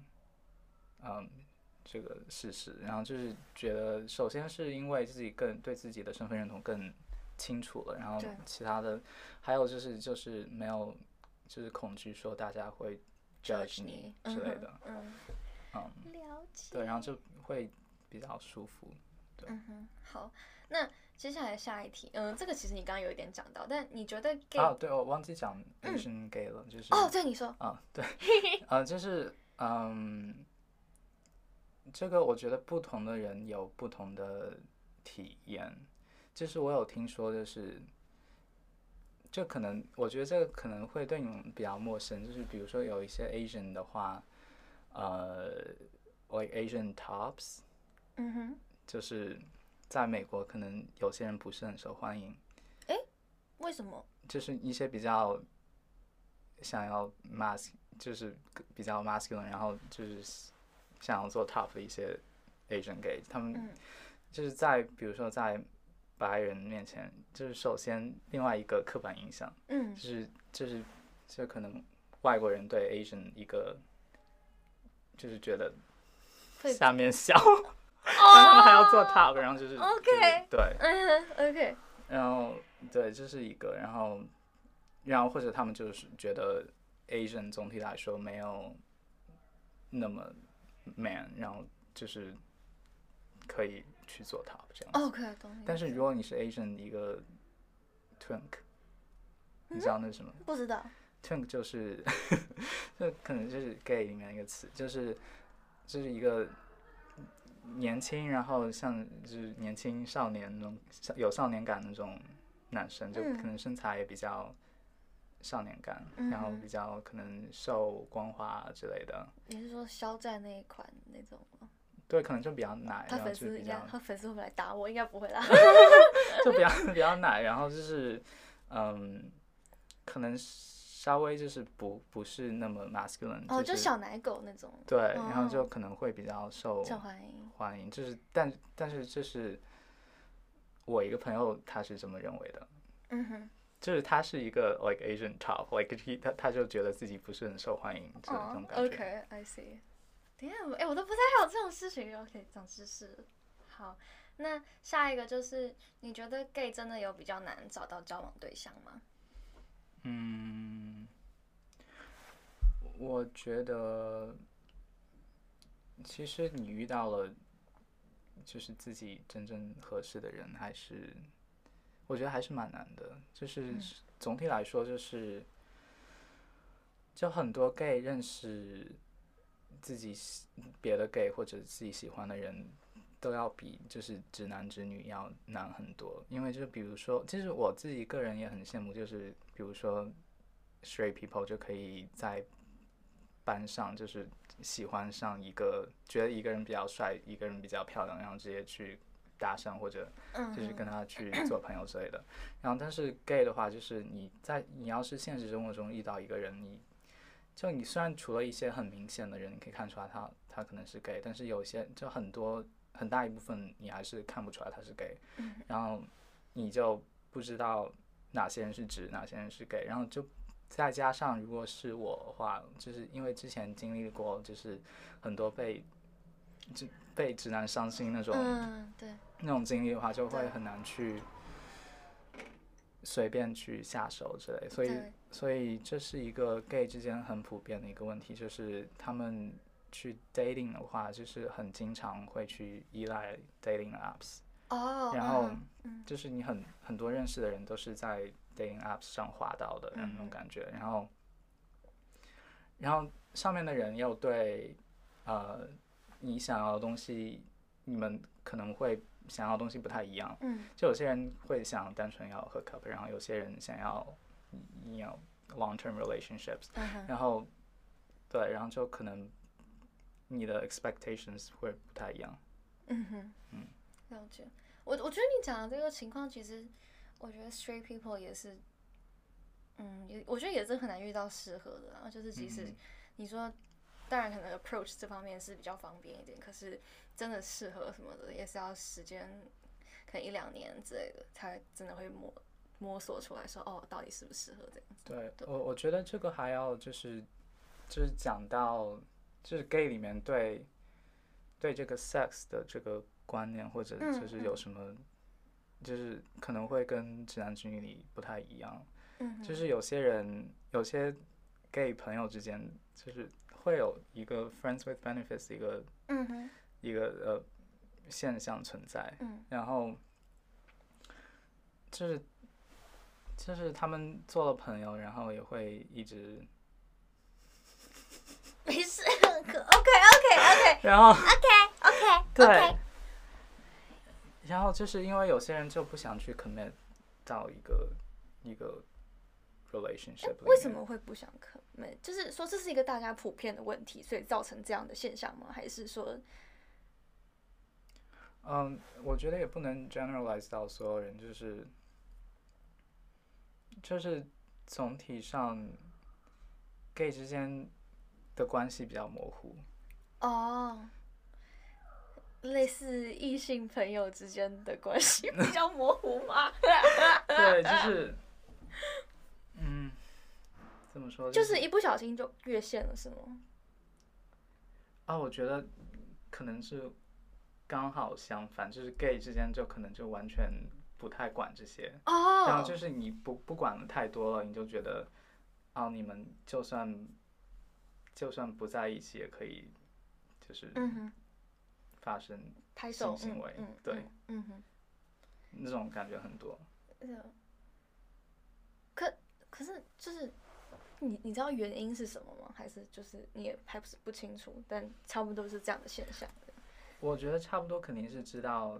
[SPEAKER 2] 嗯，这个事实。然后就是觉得，首先是因为自己更对自己的身份认同更清楚了，然后
[SPEAKER 1] 对
[SPEAKER 2] 其他的，还有就是就是没有，就是恐惧说大家会 judge 你之类的，，
[SPEAKER 1] 嗯
[SPEAKER 2] 嗯，
[SPEAKER 1] 哼，嗯了解。
[SPEAKER 2] 对，然后就会比较舒服。
[SPEAKER 1] 嗯哼，好，那接下来下一题，嗯，这个其实你刚刚有一点讲到，但你觉得 gay
[SPEAKER 2] 啊，对，我忘记讲 Asian gay 了，就是
[SPEAKER 1] 哦，对你说，
[SPEAKER 2] 啊，对，啊，就是嗯，这个我觉得不同的人有不同的体验，就是我有听说，就是这可能，我觉得这个可能会对你们比较陌生，就是比如说有一些 Asian 的话，呃，like Asian tops，
[SPEAKER 1] 嗯哼，
[SPEAKER 2] 就是在美国可能有些人不是很受欢迎，
[SPEAKER 1] 为什么？
[SPEAKER 2] 就是一些比较想要 mas，就是比较 masculine，然后就是想要做 top 的一些 Asian gay，他们
[SPEAKER 1] 嗯
[SPEAKER 2] 就是在比如说在白人面前，就是首先另外一个刻板印象，
[SPEAKER 1] 嗯
[SPEAKER 2] 就是就是就可能外国人对 Asian 一个就是觉得
[SPEAKER 1] 会
[SPEAKER 2] 下面小，但 他们还要做 top，然后就是就是
[SPEAKER 1] 哦 OK
[SPEAKER 2] 对，
[SPEAKER 1] 嗯哼，OK，
[SPEAKER 2] 然后对，这是一个，然后，然后或者他们就是觉得 Asian 总体来说没有那么 man，然后就是可以去做 top 这样。
[SPEAKER 1] 哦，可以懂你。
[SPEAKER 2] 但是如果你是 Asian 一个 twink，你知道那是什么、
[SPEAKER 1] 不知道，
[SPEAKER 2] t w i n k 就是 就可能就是 gay 里面一个词，就是就是一个年轻，然后像就是年轻少年那种有少年感那种男生，就
[SPEAKER 1] 嗯
[SPEAKER 2] 可能身材也比较少年感，
[SPEAKER 1] 嗯
[SPEAKER 2] 然后
[SPEAKER 1] 哼
[SPEAKER 2] 比较可能受光滑之类的，
[SPEAKER 1] 你是说肖战那一款那种吗？
[SPEAKER 2] 对，可能就比较奶，
[SPEAKER 1] 他
[SPEAKER 2] 然后
[SPEAKER 1] 粉
[SPEAKER 2] 就
[SPEAKER 1] 丝
[SPEAKER 2] 哎比
[SPEAKER 1] 应
[SPEAKER 2] 较
[SPEAKER 1] 该，他粉丝会不会来打我？应该不会 啦。
[SPEAKER 2] 就比较 比较奶，然后就是嗯，可能稍微就是不不是那么 masculine，
[SPEAKER 1] 哦，
[SPEAKER 2] 就
[SPEAKER 1] 就是小奶狗那种，
[SPEAKER 2] 对，然后就
[SPEAKER 1] 哦
[SPEAKER 2] 可能会比较受
[SPEAKER 1] 受欢迎。
[SPEAKER 2] 欢迎，就是但但是这是我一个朋友他是这么认为的，
[SPEAKER 1] 嗯哼，
[SPEAKER 2] 就是他是一个 like Asian top，like he- 他他就觉得自己不是很受欢迎这
[SPEAKER 1] 哦
[SPEAKER 2] 种感觉。
[SPEAKER 1] ，OK，I see。Damn，哎，我都不知道还有这种事情，OK，长知识了。好，那下一个就是，你觉得 gay 真的有比较难找到交往对象吗？
[SPEAKER 2] 嗯，我觉得其实你遇到了就是自己真正合适的人，还是我觉得还是蛮难的。就是
[SPEAKER 1] 嗯
[SPEAKER 2] 总体来说，就是就很多 gay 认识自己喜别的 gay 或者自己喜欢的人，都要比就是直男直女要难很多，因为就是比如说，其实我自己个人也很羡慕，就是比如说 straight people 就可以在班上就是喜欢上一个，觉得一个人比较帅，一个人比较漂亮，然后直接去搭讪或者
[SPEAKER 1] 嗯
[SPEAKER 2] 就是跟
[SPEAKER 1] 哼
[SPEAKER 2] 他去做朋友之类的。然后，但是 gay 的话，就是你在你要是现实生活中遇到一个人，你就你虽然除了一些很明显的人，你可以看出来他他可能是 gay，但是有些就很多很大一部分你还是看不出来他是 gay，
[SPEAKER 1] 嗯
[SPEAKER 2] 然后你就不知道哪些人是直，哪些人是 gay，然后就。再加上，如果是我的话，就是因为之前经历过，就是很多被就被直男伤心那种
[SPEAKER 1] 嗯，对，
[SPEAKER 2] 那种经历的话，就会
[SPEAKER 1] 对
[SPEAKER 2] 很难去随便去下手之类。所以
[SPEAKER 1] 对，
[SPEAKER 2] 所以这是一个 gay 之间很普遍的一个问题，就是他们去 dating 的话，就是很经常会去依赖 dating apps，
[SPEAKER 1] 哦，
[SPEAKER 2] 然后
[SPEAKER 1] 嗯嗯
[SPEAKER 2] 就是你很很多认识的人都是在 dating apps 上滑到的那
[SPEAKER 1] 嗯
[SPEAKER 2] 种
[SPEAKER 1] 哼
[SPEAKER 2] 感觉，然后然后上面的人又对呃你想要的东西，你们可能会想要的东西不太一样。
[SPEAKER 1] 嗯
[SPEAKER 2] 就有些人会想单纯要 hook up，然后有些人想要你要 long term relationships，
[SPEAKER 1] 嗯哼
[SPEAKER 2] 然后对，然后就可能你的 expectations 会不太一样。
[SPEAKER 1] 嗯哼，
[SPEAKER 2] 嗯
[SPEAKER 1] 了解。我我觉得你讲的这个情况，其实我觉得 straight people 也是，嗯，也我觉得也是很难遇到适合的啦。就是即使
[SPEAKER 2] 嗯
[SPEAKER 1] 你说，当然可能 approach 这方面是比较方便一点，可是真的适合什么的，也是要时间，可能一两年之类的，才真的会摸摸索出来说，哦，到底适不适合这样。
[SPEAKER 2] 对我，我觉得这个还要就是就是讲到就是 gay 里面对对这个 sex 的这个观念，或者
[SPEAKER 1] 嗯
[SPEAKER 2] 就是有
[SPEAKER 1] 嗯
[SPEAKER 2] 什么，就是可能会跟直男直女里不太一样。
[SPEAKER 1] 嗯哼，
[SPEAKER 2] 就是有些人，有些 gay 朋友之间，就是会有一个 friends with benefits 的一个
[SPEAKER 1] 嗯哼，
[SPEAKER 2] 一个呃现象存在，
[SPEAKER 1] 嗯
[SPEAKER 2] 然后就是就是他们做了朋友，然后也会一直，
[SPEAKER 1] 没事，OK OK OK
[SPEAKER 2] 然后
[SPEAKER 1] 啊 OK，
[SPEAKER 2] 对，然后就是因为有些人就不想去 commit 到一个一个 relationship，里
[SPEAKER 1] 为什
[SPEAKER 2] 面
[SPEAKER 1] 么会不想可没？就是说这是一个大家普遍的问题，所以造成这样的现象吗？还是说，
[SPEAKER 2] 嗯，我觉得也不能 generalize 到所有人，就是就是总体上，gay 之间的关系比较模糊。
[SPEAKER 1] 哦，类似异性朋友之间的关系比较模糊 吗？
[SPEAKER 2] 对，就是，嗯，怎么说？
[SPEAKER 1] 就是一不小心就越线了，是吗？
[SPEAKER 2] 啊，我觉得可能是刚好相反，就是 gay 之间就可能就完全不太管这些。然后
[SPEAKER 1] 哦
[SPEAKER 2] 啊就，是你不不管的太多了，你就觉得，哦，你们就算就算不在一起也可以，就是
[SPEAKER 1] 嗯哼，
[SPEAKER 2] 发生
[SPEAKER 1] 拍手，
[SPEAKER 2] 性行为
[SPEAKER 1] 嗯嗯，
[SPEAKER 2] 对
[SPEAKER 1] 嗯，嗯哼。
[SPEAKER 2] 那种感觉很多。
[SPEAKER 1] 对啊可可是就是你你知道原因是什么吗？还是就是你也还不是不清楚，但差不多是这样的现象。
[SPEAKER 2] 我觉得差不多肯定是知道，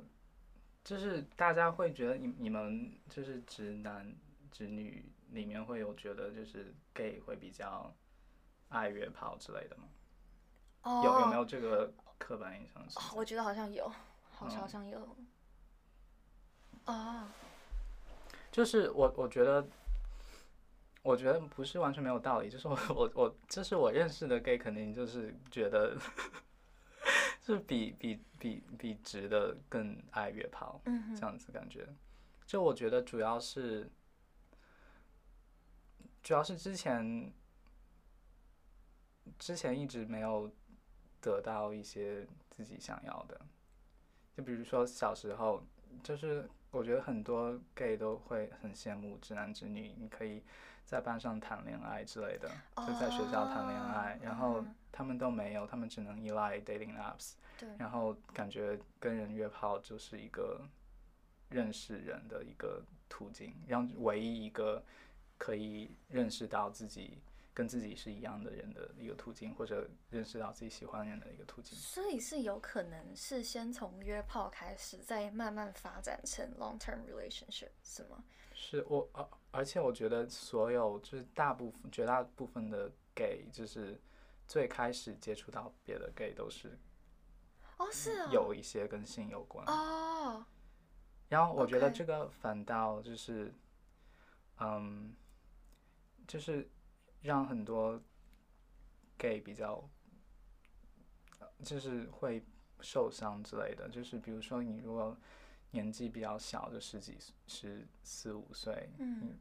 [SPEAKER 2] 就是大家会觉得你你们就是直男直女里面会有觉得就是 gay 会比较爱约炮之类的吗？
[SPEAKER 1] 哦
[SPEAKER 2] 有有没有这个刻板印象存
[SPEAKER 1] 哦
[SPEAKER 2] 在？
[SPEAKER 1] 我觉得好像有，好像
[SPEAKER 2] 嗯
[SPEAKER 1] 好像有。哦，
[SPEAKER 2] 就是我我觉得，我觉得不是完全没有道理。就是我我我，就是我认识的 gay 肯定就是觉得， 是比比比比直的更爱约炮
[SPEAKER 1] 嗯哼
[SPEAKER 2] 这，样子感觉。就我觉得主要是，主要是之前之前一直没有得到一些自己想要的，就比如说小时候，就是我觉得很多 gay 都会很羡慕直男直女，你可以在班上谈恋爱之类的，就在学校谈恋爱
[SPEAKER 1] 哦，
[SPEAKER 2] 然后
[SPEAKER 1] 嗯
[SPEAKER 2] 他们都没有，他们只能依赖 dating apps，
[SPEAKER 1] 对，
[SPEAKER 2] 然后感觉跟人约炮就是一个认识人的一个途径，让唯一一个可以认识到自己跟自己是一样的人的一个途径，或者认识到自己喜欢的人的一个途径。
[SPEAKER 1] 所以是有可能是先从约炮开始，再慢慢发展成 long term relationship 是吗？
[SPEAKER 2] 是我而而且我觉得所有就是大部分绝大部分的 gay 就是最开始接触到别的 gay 都是
[SPEAKER 1] 哦，是哦，
[SPEAKER 2] 嗯有一些跟性有关。
[SPEAKER 1] 哦，
[SPEAKER 2] 然后我觉得
[SPEAKER 1] OK
[SPEAKER 2] 这个反倒就是，嗯，就是让很多 gay 比较，呃就是会受伤之类的。就是比如说，你如果年纪比较小，就十几、十四五岁，
[SPEAKER 1] 嗯，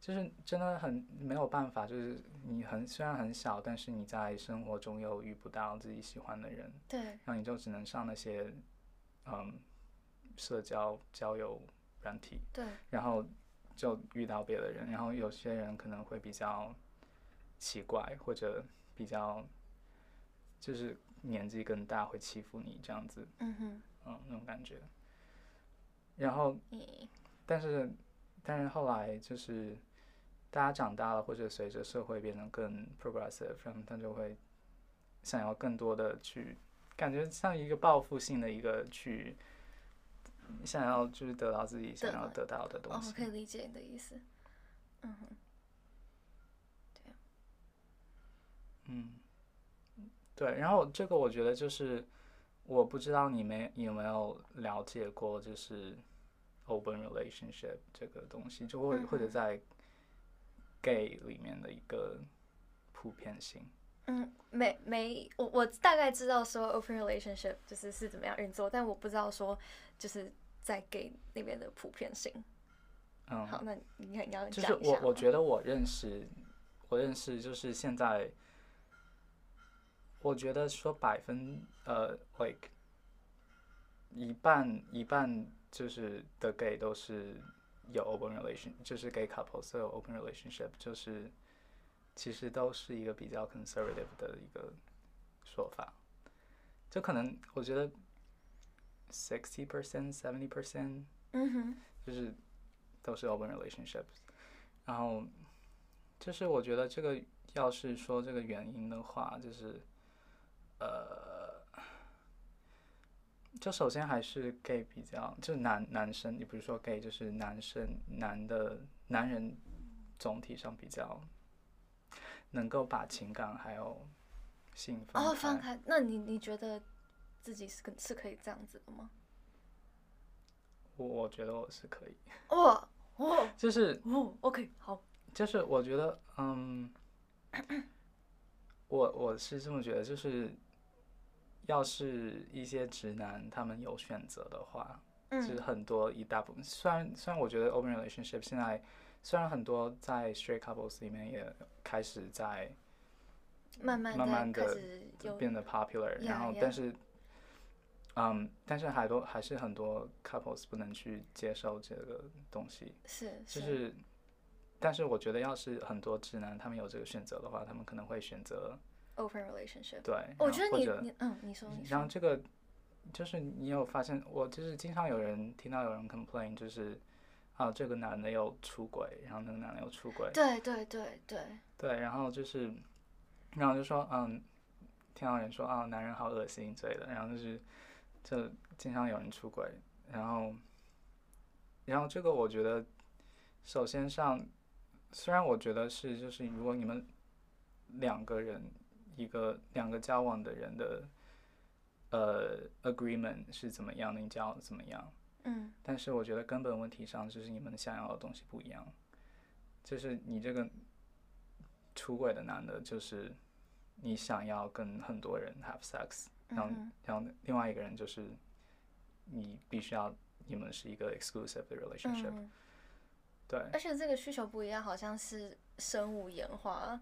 [SPEAKER 2] 就是真的很没有办法。就是你很虽然很小，但是你在生活中又遇不到自己喜欢的人，
[SPEAKER 1] 对，
[SPEAKER 2] 那你就只能上那些，嗯，社交交友软体，
[SPEAKER 1] 对，
[SPEAKER 2] 然后就遇到别的人，然后有些人可能会比较奇怪，或者比较就是年纪更大会欺负你这样子，
[SPEAKER 1] 嗯哼，
[SPEAKER 2] 嗯，那种感觉。然后，
[SPEAKER 1] 你
[SPEAKER 2] 但是，但是后来就是大家长大了，或者随着社会变得更 progressive，然后他就会想要更多的去，感觉像一个报复性的一个去，想要就是得到自己想要得到的东
[SPEAKER 1] 哦，我
[SPEAKER 2] 西。
[SPEAKER 1] 可以理解你的意思。嗯哼，
[SPEAKER 2] 嗯，对。然后这个我觉得就是，我不知道你们有没有了解过，就是 open relationship 这个东西，就或
[SPEAKER 1] 嗯
[SPEAKER 2] 或者
[SPEAKER 1] 哼
[SPEAKER 2] 在 gay 里面的一个普遍性。
[SPEAKER 1] 嗯，没没，我我大概知道说 open relationship 就是是怎么样运作，但我不知道说就是在 gay 那边的普遍性。
[SPEAKER 2] 嗯，
[SPEAKER 1] 好，那你看你要
[SPEAKER 2] 就是
[SPEAKER 1] 讲一下
[SPEAKER 2] 我
[SPEAKER 1] 吗。
[SPEAKER 2] 我觉得我认识，我认识就是现在，我觉得说百分呃，like 一半一半就是的 gay 都是有 open relation，就是 gay couple 所有 open relationship 就是其实都是一个比较 conservative 的一个说法，就可能我觉得 sixty percent seventy percent。
[SPEAKER 1] 嗯哼，
[SPEAKER 2] 就是都是 open relationships。然后，就是我觉得这个要是说这个原因的话，就是呃，就首先还是 gay 比较，就男男生，你比如说 gay，就是男生男的男人总体上比较能够把情感还有性分
[SPEAKER 1] 哦，放开。那你你觉得自己是可是可以这样子的吗？
[SPEAKER 2] 我我觉得我是可以，
[SPEAKER 1] 哦哦
[SPEAKER 2] 就是
[SPEAKER 1] 哦，OK，好，
[SPEAKER 2] 就是我觉得，嗯，我我是这么觉得，就是要是一些直男他们有选择的话，就是
[SPEAKER 1] 嗯
[SPEAKER 2] 很多一大部分。虽然虽然我觉得 open relationship 现在虽然很多在 straight couples 里面也开始在
[SPEAKER 1] 慢慢
[SPEAKER 2] 慢
[SPEAKER 1] 地
[SPEAKER 2] 慢
[SPEAKER 1] 开
[SPEAKER 2] 地
[SPEAKER 1] 始有
[SPEAKER 2] 变得 popular，然后
[SPEAKER 1] Yeah,
[SPEAKER 2] 但
[SPEAKER 1] yeah.
[SPEAKER 2] 是，嗯，但是还多还是很多 couples 不能去接受这个东西，
[SPEAKER 1] 是
[SPEAKER 2] 就是是，但是我觉得，要是很多直男他们有这个选择的话，他们可能会选择
[SPEAKER 1] open relationship。
[SPEAKER 2] 对，
[SPEAKER 1] 我
[SPEAKER 2] 然
[SPEAKER 1] 觉得
[SPEAKER 2] 或
[SPEAKER 1] 你
[SPEAKER 2] 者
[SPEAKER 1] 你嗯，你说你
[SPEAKER 2] 然后
[SPEAKER 1] 说，
[SPEAKER 2] 这个就是你有发现，我就是经常有人听到有人 complain，就是啊这个男的又出轨，然后那个男的又出轨，
[SPEAKER 1] 对对对对，
[SPEAKER 2] 对，然后就是，然后就说嗯，听到有人说啊男人好恶心之类的，然后就是就经常有人出轨，然后然后这个我觉得，首先上，虽然我觉得是就是如果你们两个人一个两个交往的人的呃 agreement 是怎么样的，你交往怎么样，
[SPEAKER 1] 嗯
[SPEAKER 2] 但是我觉得根本问题上就是你们想要的东西不一样，就是你这个出轨的男的，就是你想要跟很多人 have sex，
[SPEAKER 1] 嗯
[SPEAKER 2] 然后、
[SPEAKER 1] 哼
[SPEAKER 2] 然后另外一个人就是你必须要你们是一个 exclusive 的 relationship，、
[SPEAKER 1] 嗯。
[SPEAKER 2] 对，
[SPEAKER 1] 而且这个需求不一样，好像是生物演化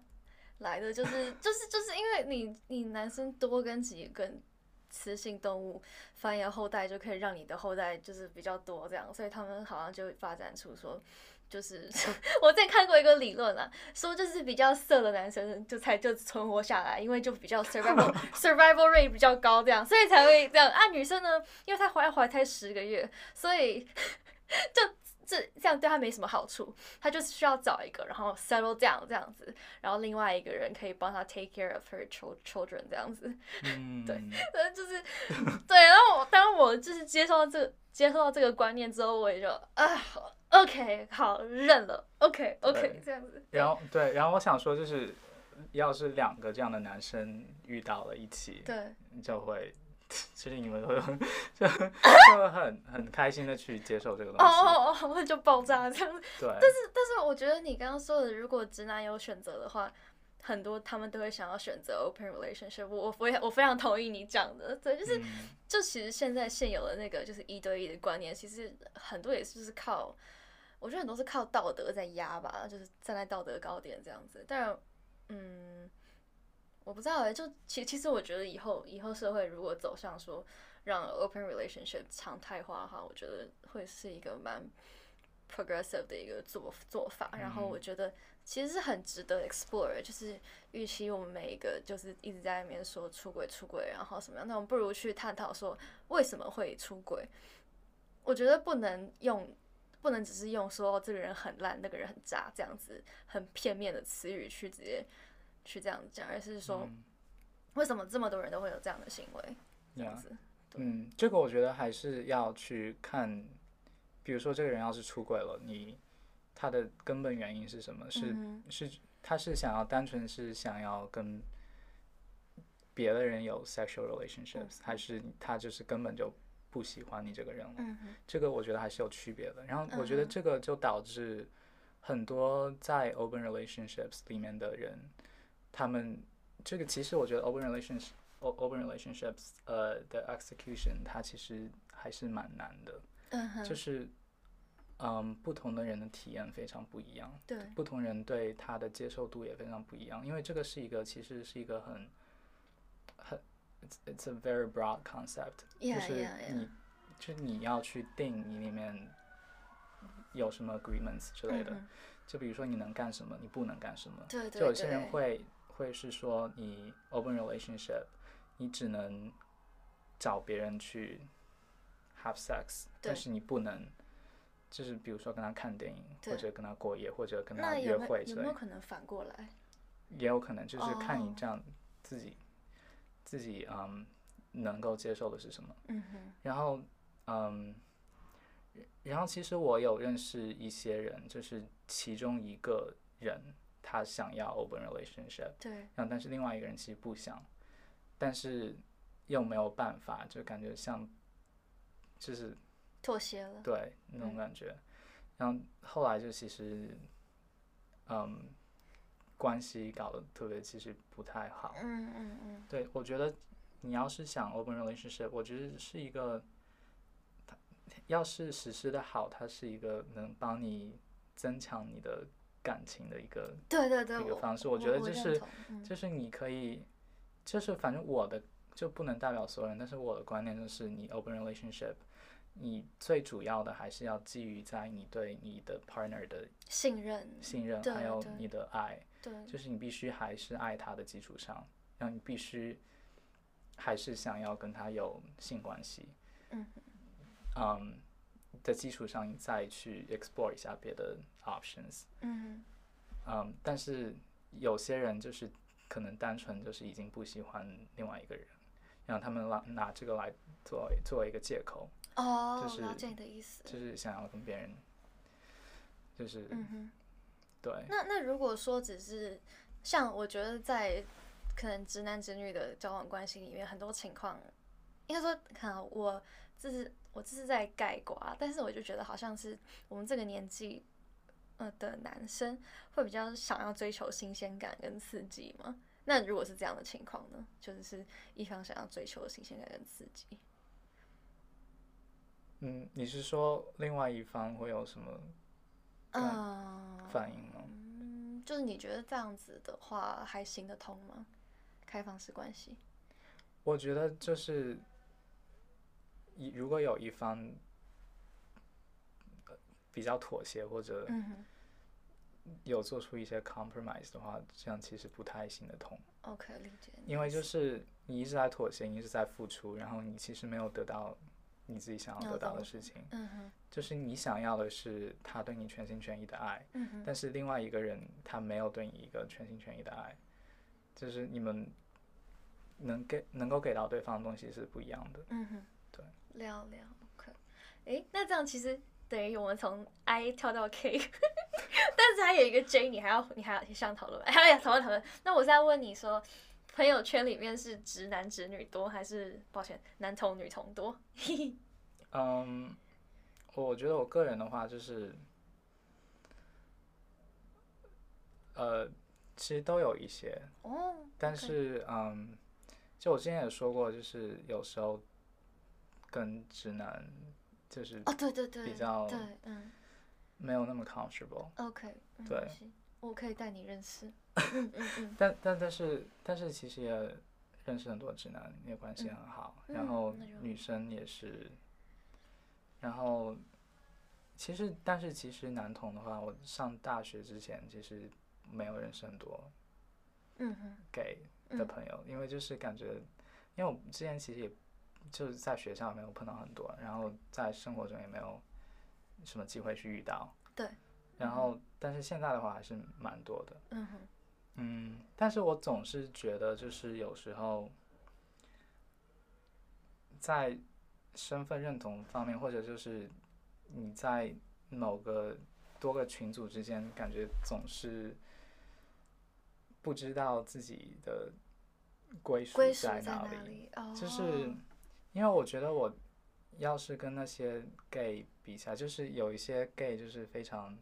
[SPEAKER 1] 来的，就是就是就是因为你你男生多跟几个雌性动物繁衍后代，就可以让你的后代就是比较多这样，所以他们好像就发展出说，就是 我之前看过一个理论啊，说就是比较色的男生就才就存活下来，因为就比较 survival survival rate 比较高这样，所以才会这样啊。女生呢，因为她怀怀胎十个月，所以 就。这这样对她没什么好处，她就是需要找一个，然后 settle down 这样子，然后另外一个人可以帮她 take care of her chil- children 这样子，
[SPEAKER 2] 嗯，对，
[SPEAKER 1] 呃，就是对，然后我当我就是接受到这个接受到这个观念之后，我也就啊好，OK，好认了，OK OK
[SPEAKER 2] 对
[SPEAKER 1] 这样子。
[SPEAKER 2] 然后对，然后我想说就是，要是两个这样的男生遇到了一起，
[SPEAKER 1] 对
[SPEAKER 2] 就会， 其实你们会 就就会很很开心的去接受这个
[SPEAKER 1] 哦
[SPEAKER 2] 东西。
[SPEAKER 1] 哦哦，我就爆炸这样子。
[SPEAKER 2] 对，
[SPEAKER 1] 但是我觉得你刚刚说的，如果直男有选择的话，很多他们都会想要选择 open relationship 我。我我也我非常同意你讲的，对，就是
[SPEAKER 2] 嗯
[SPEAKER 1] 就其实现在现有的那个就是一对一的观念，其实很多也是就是靠，我觉得很多是靠道德在压吧，就是站在道德高点这样子。当然，嗯，我不知道哎、就其其实我觉得以后以后社会如果走向说让 open relationship 常态化的话，我觉得会是一个蛮 progressive 的一个做做法。然后
[SPEAKER 2] 嗯
[SPEAKER 1] 我觉得其实是很值得 explore，的就是与其我们每一个就是一直在那边说出轨出轨，然后什么样，那我们不如去探讨说为什么会出轨。我觉得不能用。不能只是用说、哦这个人很烂，那个人很渣这样子很片面的词语去直接去这样讲，而是说、
[SPEAKER 2] 嗯
[SPEAKER 1] 为什么这么多人都会有这样的行为？这样
[SPEAKER 2] Yeah
[SPEAKER 1] 子，
[SPEAKER 2] 嗯，这个我觉得还是要去看，比如说这个人要是出轨了，你他的根本原因是什么？是、
[SPEAKER 1] 嗯
[SPEAKER 2] 是他是想要单纯是想要跟别的人有 sexual relationships，、还是他就是根本就不喜欢你这个人了？
[SPEAKER 1] 嗯哼，
[SPEAKER 2] 这个我觉得还是有区别的。然后我觉得
[SPEAKER 1] 嗯哼
[SPEAKER 2] 这个就导致很多在 open relationships 里面的人，他们这个其实我觉得 open relations o- open relationships 呃的 execution 它其实还是蛮难的，
[SPEAKER 1] 嗯哼，
[SPEAKER 2] 就是嗯不同的人的体验非常不一样，
[SPEAKER 1] 对，
[SPEAKER 2] 不同人对它的接受度也非常不一样，因为这个是一个其实是一个很很 it's it's a very broad concept，就
[SPEAKER 1] Yeah,
[SPEAKER 2] 是
[SPEAKER 1] yeah,
[SPEAKER 2] 你，就你要去定你里面有什么 agreements 之类的。
[SPEAKER 1] 嗯哼
[SPEAKER 2] 就比如说你能干什么，你不能干什么。
[SPEAKER 1] 对对
[SPEAKER 2] 就有些人
[SPEAKER 1] 对
[SPEAKER 2] 会会是说你 open relationship，你只能找别人去 have sex，
[SPEAKER 1] 对
[SPEAKER 2] 但是你不能。就是比如说跟他看电影，
[SPEAKER 1] 对
[SPEAKER 2] 或者跟他过夜，或者跟他
[SPEAKER 1] 那
[SPEAKER 2] 约
[SPEAKER 1] 有没
[SPEAKER 2] 会
[SPEAKER 1] 有
[SPEAKER 2] 之
[SPEAKER 1] 有
[SPEAKER 2] 类
[SPEAKER 1] 没有
[SPEAKER 2] 的，
[SPEAKER 1] 可能反过来？
[SPEAKER 2] 也有可能就是看你
[SPEAKER 1] 哦
[SPEAKER 2] 这样自己、自己嗯能够接受的是什么。
[SPEAKER 1] 嗯哼，
[SPEAKER 2] 然后，嗯，然后其实我有认识一些人，就是其中一个人他想要 open relationship，
[SPEAKER 1] 对，
[SPEAKER 2] 然后但是另外一个人其实不想，但是又没有办法，就感觉像，就是
[SPEAKER 1] 妥协了，
[SPEAKER 2] 对那种
[SPEAKER 1] 嗯
[SPEAKER 2] 感觉。然后后来就其实，嗯，关系搞得特别其实不太好。
[SPEAKER 1] 嗯嗯嗯，
[SPEAKER 2] 对，我觉得你要是想 open relationship，我觉得是一个，它要是实施的好，它是一个能帮你增强你的感情的一个，
[SPEAKER 1] 对对对，
[SPEAKER 2] 一个
[SPEAKER 1] 我
[SPEAKER 2] 方式
[SPEAKER 1] 我
[SPEAKER 2] 我觉得
[SPEAKER 1] 我
[SPEAKER 2] 就
[SPEAKER 1] 认
[SPEAKER 2] 是
[SPEAKER 1] 同嗯
[SPEAKER 2] 就是你可以，就是反正我的就不能代表所有人，但是我的观念就是你 open relationship，你最主要的还是要基于在你对你的 partner 的
[SPEAKER 1] 信任，
[SPEAKER 2] 信任，
[SPEAKER 1] 对
[SPEAKER 2] 还有
[SPEAKER 1] 对
[SPEAKER 2] 你的爱。
[SPEAKER 1] 对，
[SPEAKER 2] 就是你必须还是爱他的基础上，然后你必须还是想要跟他有性关系，
[SPEAKER 1] 嗯
[SPEAKER 2] 嗯的基础上，你再去 explore 一下别的 options，
[SPEAKER 1] 嗯
[SPEAKER 2] 嗯，但是有些人就是可能单纯就是已经不喜欢另外一个人，然后他们拿拿这个来作为作为一个借口，
[SPEAKER 1] 哼，哦，
[SPEAKER 2] 就是
[SPEAKER 1] 了解你的意思，
[SPEAKER 2] 就是想要跟别人，就是、
[SPEAKER 1] 嗯哼。
[SPEAKER 2] 对，
[SPEAKER 1] 那那如果说只是像我觉得在可能直男直女的交往关系里面，很多情况，应该说，看啊我这是我这是在盖瓜，但是我就觉得好像是我们这个年纪。呃的男生会比较想要追求新鲜感跟刺激吗？那如果是这样的情况呢？就是一方想要追求新鲜感跟刺激，
[SPEAKER 2] 嗯，你是说另外一方会有什么对
[SPEAKER 1] 嗯，
[SPEAKER 2] 反应吗？
[SPEAKER 1] 嗯，就是你觉得这样子的话还行得通吗？开放式关系？
[SPEAKER 2] 我觉得就是一如果有一方呃比较妥协或者
[SPEAKER 1] 嗯哼
[SPEAKER 2] 有做出一些 compromise 的话，这样其实不太行得通，
[SPEAKER 1] ，OK，理解你的意思。
[SPEAKER 2] 因为就是你一直在妥协，你一直在付出，然后你其实没有得到你自己想要
[SPEAKER 1] 要
[SPEAKER 2] 得到
[SPEAKER 1] 到
[SPEAKER 2] 的事情，
[SPEAKER 1] 嗯哼，
[SPEAKER 2] 就是你想要的是他对你全心全意的爱，
[SPEAKER 1] 嗯哼，
[SPEAKER 2] 但是另外一个人他没有对你一个全心全意的爱，就是你们能给能够给到对方的东西是不一样的。
[SPEAKER 1] 嗯哼，
[SPEAKER 2] 对，
[SPEAKER 1] 聊聊 OK。诶，那这样其实等于我们从 I 跳到 K，但是还有一个 J，你还要你还要想讨论吗？ 哎呀，讨论讨论。那我是要问你说，朋友圈里面是直男直女多，还是抱歉男同女同多？
[SPEAKER 2] 嗯，我觉得我个人的话就是，呃，其实都有一些，
[SPEAKER 1] 哦，
[SPEAKER 2] 但是嗯，就我之前也说过，就是有时候跟直男就是
[SPEAKER 1] 哦，对对对，
[SPEAKER 2] 比较
[SPEAKER 1] 对，嗯
[SPEAKER 2] 没有那么 comfortable。
[SPEAKER 1] ，OK，没
[SPEAKER 2] 对
[SPEAKER 1] 关系，我可以带你认识。嗯嗯嗯，
[SPEAKER 2] 但但但是但是其实也认识很多直男，也关系
[SPEAKER 1] 嗯
[SPEAKER 2] 很好，
[SPEAKER 1] 嗯
[SPEAKER 2] 然后
[SPEAKER 1] 那就好
[SPEAKER 2] 女生也是，然后其实但是其实男同的话，我上大学之前其实没有认识很多
[SPEAKER 1] 嗯哼，
[SPEAKER 2] gay 的朋友，因为就是感觉，因为我之前其实也就是在学校没有碰到很多，然后在生活中也没有什么机会去遇到，
[SPEAKER 1] 对，
[SPEAKER 2] 然后但是现在的话还是蛮多的。
[SPEAKER 1] 嗯哼，
[SPEAKER 2] 嗯，但是我总是觉得，就是有时候在身份认同方面，或者就是你在某个多个群组之间，感觉总是不知道自己的归属
[SPEAKER 1] 归属
[SPEAKER 2] 在
[SPEAKER 1] 在
[SPEAKER 2] 哪
[SPEAKER 1] 哪
[SPEAKER 2] 里。
[SPEAKER 1] 里？哦，
[SPEAKER 2] 就是因为我觉得，我要是跟那些 gay 比起来，就是有一些 gay 就是非常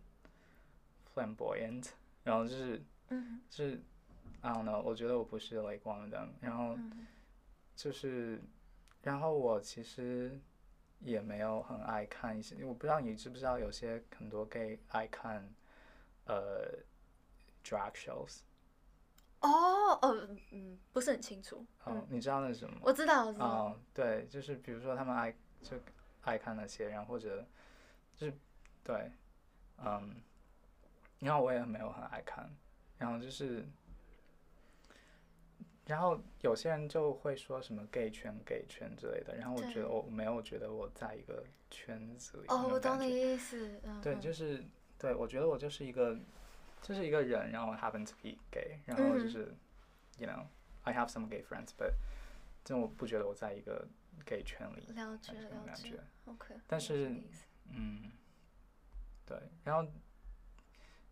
[SPEAKER 2] flamboyant，然后就是。
[SPEAKER 1] 嗯哼，
[SPEAKER 2] 是，I don't know，我觉得我不是 like one of them。然后
[SPEAKER 1] 嗯哼，
[SPEAKER 2] 就是，然后我其实也没有很爱看一些，我不知道你知不知道，有些很多 gay 爱看呃 drag shows。
[SPEAKER 1] 哦，呃，嗯，不是很清楚。
[SPEAKER 2] 哦
[SPEAKER 1] 嗯，，
[SPEAKER 2] 你知道那是什么吗？
[SPEAKER 1] 我知道，我知道。
[SPEAKER 2] 哦，对，就是比如说他们爱就爱看那些，然后或者就是对，嗯，然后我也没有很爱看，然后就是，然后有些人就会说什么 gay 圈、gay 圈之类的，然后我觉
[SPEAKER 1] 对
[SPEAKER 2] 得我没有觉得我在一个圈子里，
[SPEAKER 1] 哦，我懂你
[SPEAKER 2] 你，
[SPEAKER 1] 的意思。嗯，
[SPEAKER 2] 对，
[SPEAKER 1] 嗯
[SPEAKER 2] 就是对我觉得我就是一个就是一个人，然后 happen to be gay，然后
[SPEAKER 1] 嗯
[SPEAKER 2] 就
[SPEAKER 1] 哼
[SPEAKER 2] 是、y o u know I have some gay friends，but 这我不觉得我在一个 gay 圈里，
[SPEAKER 1] 了解
[SPEAKER 2] 这种
[SPEAKER 1] 了
[SPEAKER 2] 感
[SPEAKER 1] 解
[SPEAKER 2] 觉。
[SPEAKER 1] ，OK 了解你的意思。
[SPEAKER 2] 但是嗯，对，然后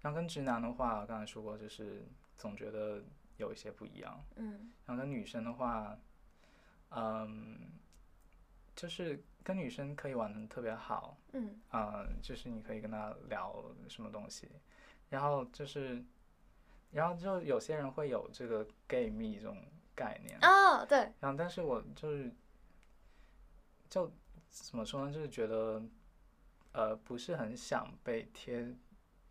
[SPEAKER 2] 然后跟直男的话，刚才说过，就是总觉得有一些不一样，
[SPEAKER 1] 嗯
[SPEAKER 2] 然后跟女生的话，嗯，就是跟女生可以玩的特别好，
[SPEAKER 1] 嗯
[SPEAKER 2] 嗯，就是你可以跟他聊什么东西，然后就是，然后就有些人会有这个 gay 蜜这种概念，
[SPEAKER 1] 哦，对，
[SPEAKER 2] 然后但是我就是，就怎么说呢，就是觉得，呃，不是很想被贴，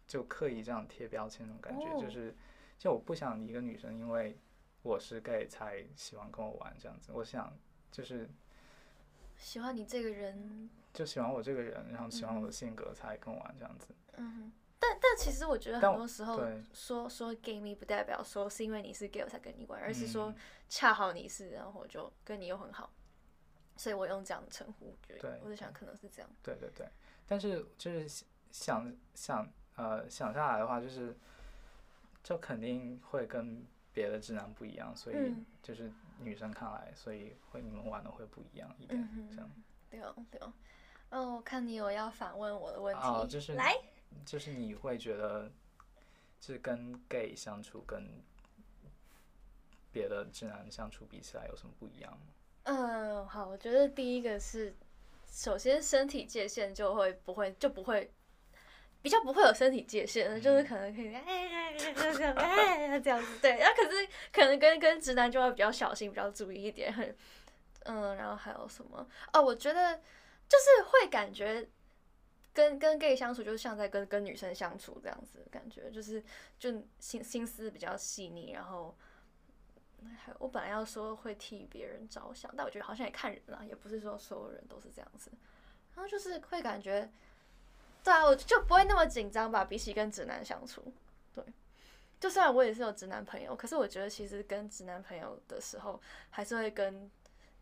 [SPEAKER 2] 就刻意这样贴标签那种感觉，
[SPEAKER 1] 哦
[SPEAKER 2] 就是，就我不想一个女生因为我是 gay 才喜欢跟我玩这样子，我想就是
[SPEAKER 1] 喜欢你这个人。
[SPEAKER 2] 就喜欢我这个人，然后喜欢我
[SPEAKER 1] 嗯
[SPEAKER 2] 的性格才跟我玩这样子，
[SPEAKER 1] 嗯哼，但但其实我觉得
[SPEAKER 2] 但
[SPEAKER 1] 很
[SPEAKER 2] 我
[SPEAKER 1] 多时候
[SPEAKER 2] 对。
[SPEAKER 1] 说说 gay 蜜不代表说是因为你是 gay 我才跟你玩，而是说
[SPEAKER 2] 嗯
[SPEAKER 1] 恰好你是，然后我就跟你又很好，所以我用这样的称呼。我觉得
[SPEAKER 2] 对
[SPEAKER 1] 我在想可能是这样。
[SPEAKER 2] 对对对，但是就是想想想呃想下来的话，就是就肯定会跟别的直男不一样，所以
[SPEAKER 1] 嗯
[SPEAKER 2] 就是女生看来，所以会你们玩的会不一样一点，
[SPEAKER 1] 嗯哼，
[SPEAKER 2] 这样。
[SPEAKER 1] 对哦对哦。哦，我看你有要反问我的问题，
[SPEAKER 2] 哦就是
[SPEAKER 1] 来，
[SPEAKER 2] 就是你会觉得，就是跟 gay 相处跟别的直男相处比起来有什么不一样吗？
[SPEAKER 1] 嗯，好，我觉得第一个是，首先身体界限就会不会就不会，比较不会有身体界限的，就是可能可以哎哎哎就这样哎这样子， 对，然后可是可能跟跟直男就会比较小心，比较注意一点，很，嗯，然后还有什么？哦，我觉得就是会感觉。跟跟 gay 相处，就是像在跟跟女生相处这样子，感觉就是就心心思比较细腻，然后那还我本来要说会替别人着想，但我觉得好像也看人啦，也不是说所有人都是这样子。然后就是会感觉，对啊，我就不会那么紧张吧，比起跟直男相处，对。就虽然我也是有直男朋友，可是我觉得其实跟直男朋友的时候，还是会跟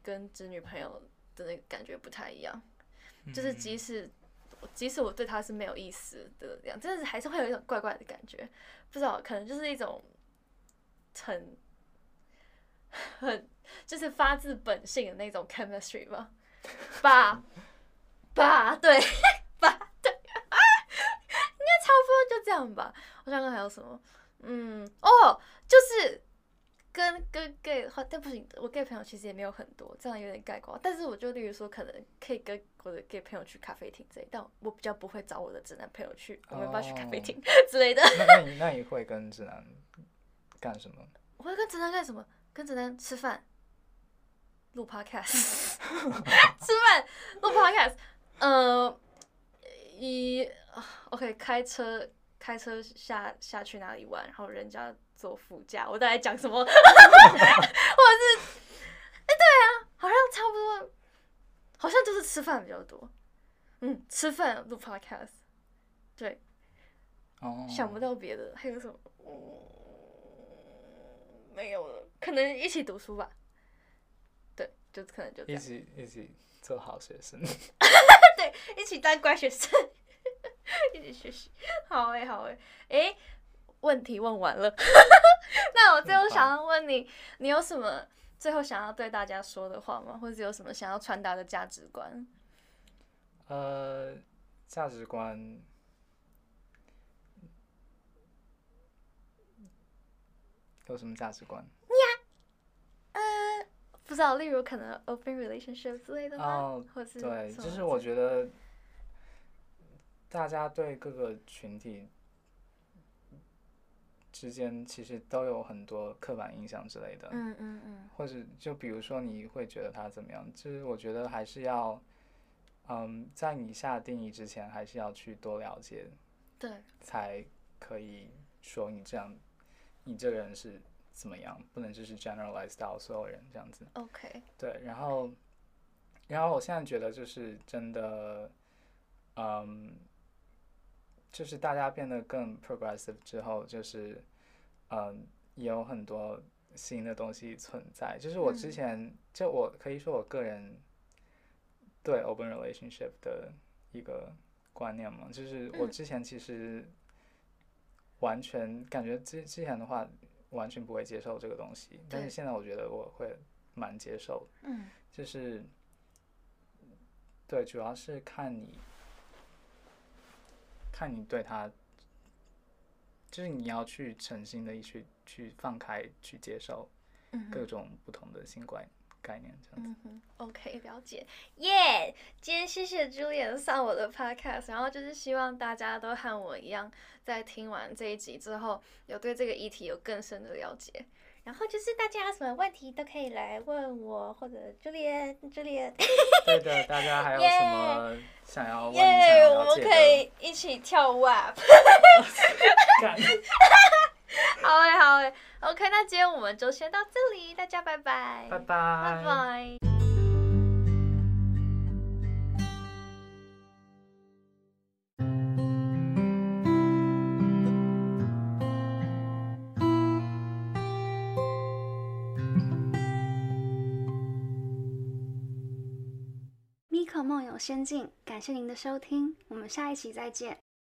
[SPEAKER 1] 跟直女朋友的那个感觉不太一样。就是即使即使我对他是没有意思的这样，真的是还是会有一种怪怪的感觉，不知道可能就是一种很很就是发自本性的那种 chemistry 吧，吧吧对吧对，应该差不多就这样吧。我想看还有什么，嗯哦，就是。跟跟 gay 的话，但不行，我 gay 朋友其实也没有很多，这样有点概括。但是我就例如说，可能可以跟我的 gay 朋友去咖啡厅之类，但我比较不会找我的直男朋友去，我们要不要去咖啡厅 之类的。
[SPEAKER 2] 那那你那你会跟直男干什么？
[SPEAKER 1] 我会跟直男干什么？跟直男吃饭，录 podcast，吃饭录 podcast，呃，一啊 OK 开车开车下下去哪里玩，然后人家坐副驾，我到底讲什么？或者 是哎、对啊，好像差不多，好像就是吃饭比较多，嗯，吃饭录 podcast，对，
[SPEAKER 2] 哦，
[SPEAKER 1] 想不到别的，还有什么？嗯没有了，可能一起读书吧。对，就可能就这
[SPEAKER 2] 一
[SPEAKER 1] 样，
[SPEAKER 2] 起一起做好学生。
[SPEAKER 1] 一起当乖学生， 一起学习。好诶、好诶、诶、问题问完了， 那我最后
[SPEAKER 2] 嗯好
[SPEAKER 1] 想要问你，你有什么最后想要对大家说的话吗？或者有什么想要传达的价值观？
[SPEAKER 2] 呃，价值观，有什么价值观？
[SPEAKER 1] 不知道，例如可能 open relationship 之类的吗？
[SPEAKER 2] 哦
[SPEAKER 1] 或是
[SPEAKER 2] 对，
[SPEAKER 1] 什
[SPEAKER 2] 就
[SPEAKER 1] 么
[SPEAKER 2] 是我觉得大家对各个群体之间其实都有很多刻板印象之类的，
[SPEAKER 1] 嗯嗯嗯
[SPEAKER 2] 或者就比如说你会觉得他怎么样，就是我觉得还是要，嗯，在你下定义之前，还是要去多了解，
[SPEAKER 1] 对，
[SPEAKER 2] 才可以说你这样，你这个人是怎么样，不能就是 generalize 到所有人这样子。
[SPEAKER 1] OK，
[SPEAKER 2] 对，然后，然后我现在觉得就是真的，嗯，就是大家变得更 progressive 之后，就是嗯，也有很多新的东西存在。就是我之
[SPEAKER 1] 嗯
[SPEAKER 2] 前，就我可以说我个人对 open relationship 的一个观念嘛，就是我
[SPEAKER 1] 嗯
[SPEAKER 2] 之前其实完全感觉之之前的话完全不会接受这个东西，但是
[SPEAKER 1] 对
[SPEAKER 2] 现在我觉得我会蛮接受的
[SPEAKER 1] 嗯
[SPEAKER 2] 就是，对，主要是看你，看你对他，就是你要去诚心的去去放开去接受
[SPEAKER 1] 嗯哼
[SPEAKER 2] 各种不同的新观概念，这样子。
[SPEAKER 1] 嗯哼，OK，了解，耶、今天谢谢 Julian 上我的 Podcast，然后就是希望大家都和我一样，在听完这一集之后，有对这个议题有更深的了解。然后就是大家有什么问题都可以来问我，或者 Julian Julian，
[SPEAKER 2] 对的，大家还有什么想要 问、
[SPEAKER 1] 耶、
[SPEAKER 2] 想要
[SPEAKER 1] 我
[SPEAKER 2] 了
[SPEAKER 1] 们
[SPEAKER 2] 解
[SPEAKER 1] 可以一起跳舞啊！
[SPEAKER 2] 的？
[SPEAKER 1] 好诶、好诶、o k 那今天我们就先到这里，大家拜拜，
[SPEAKER 2] 拜
[SPEAKER 1] 拜拜。
[SPEAKER 3] 《咪可梦游仙境》，感谢您的收听，我们下一期再见。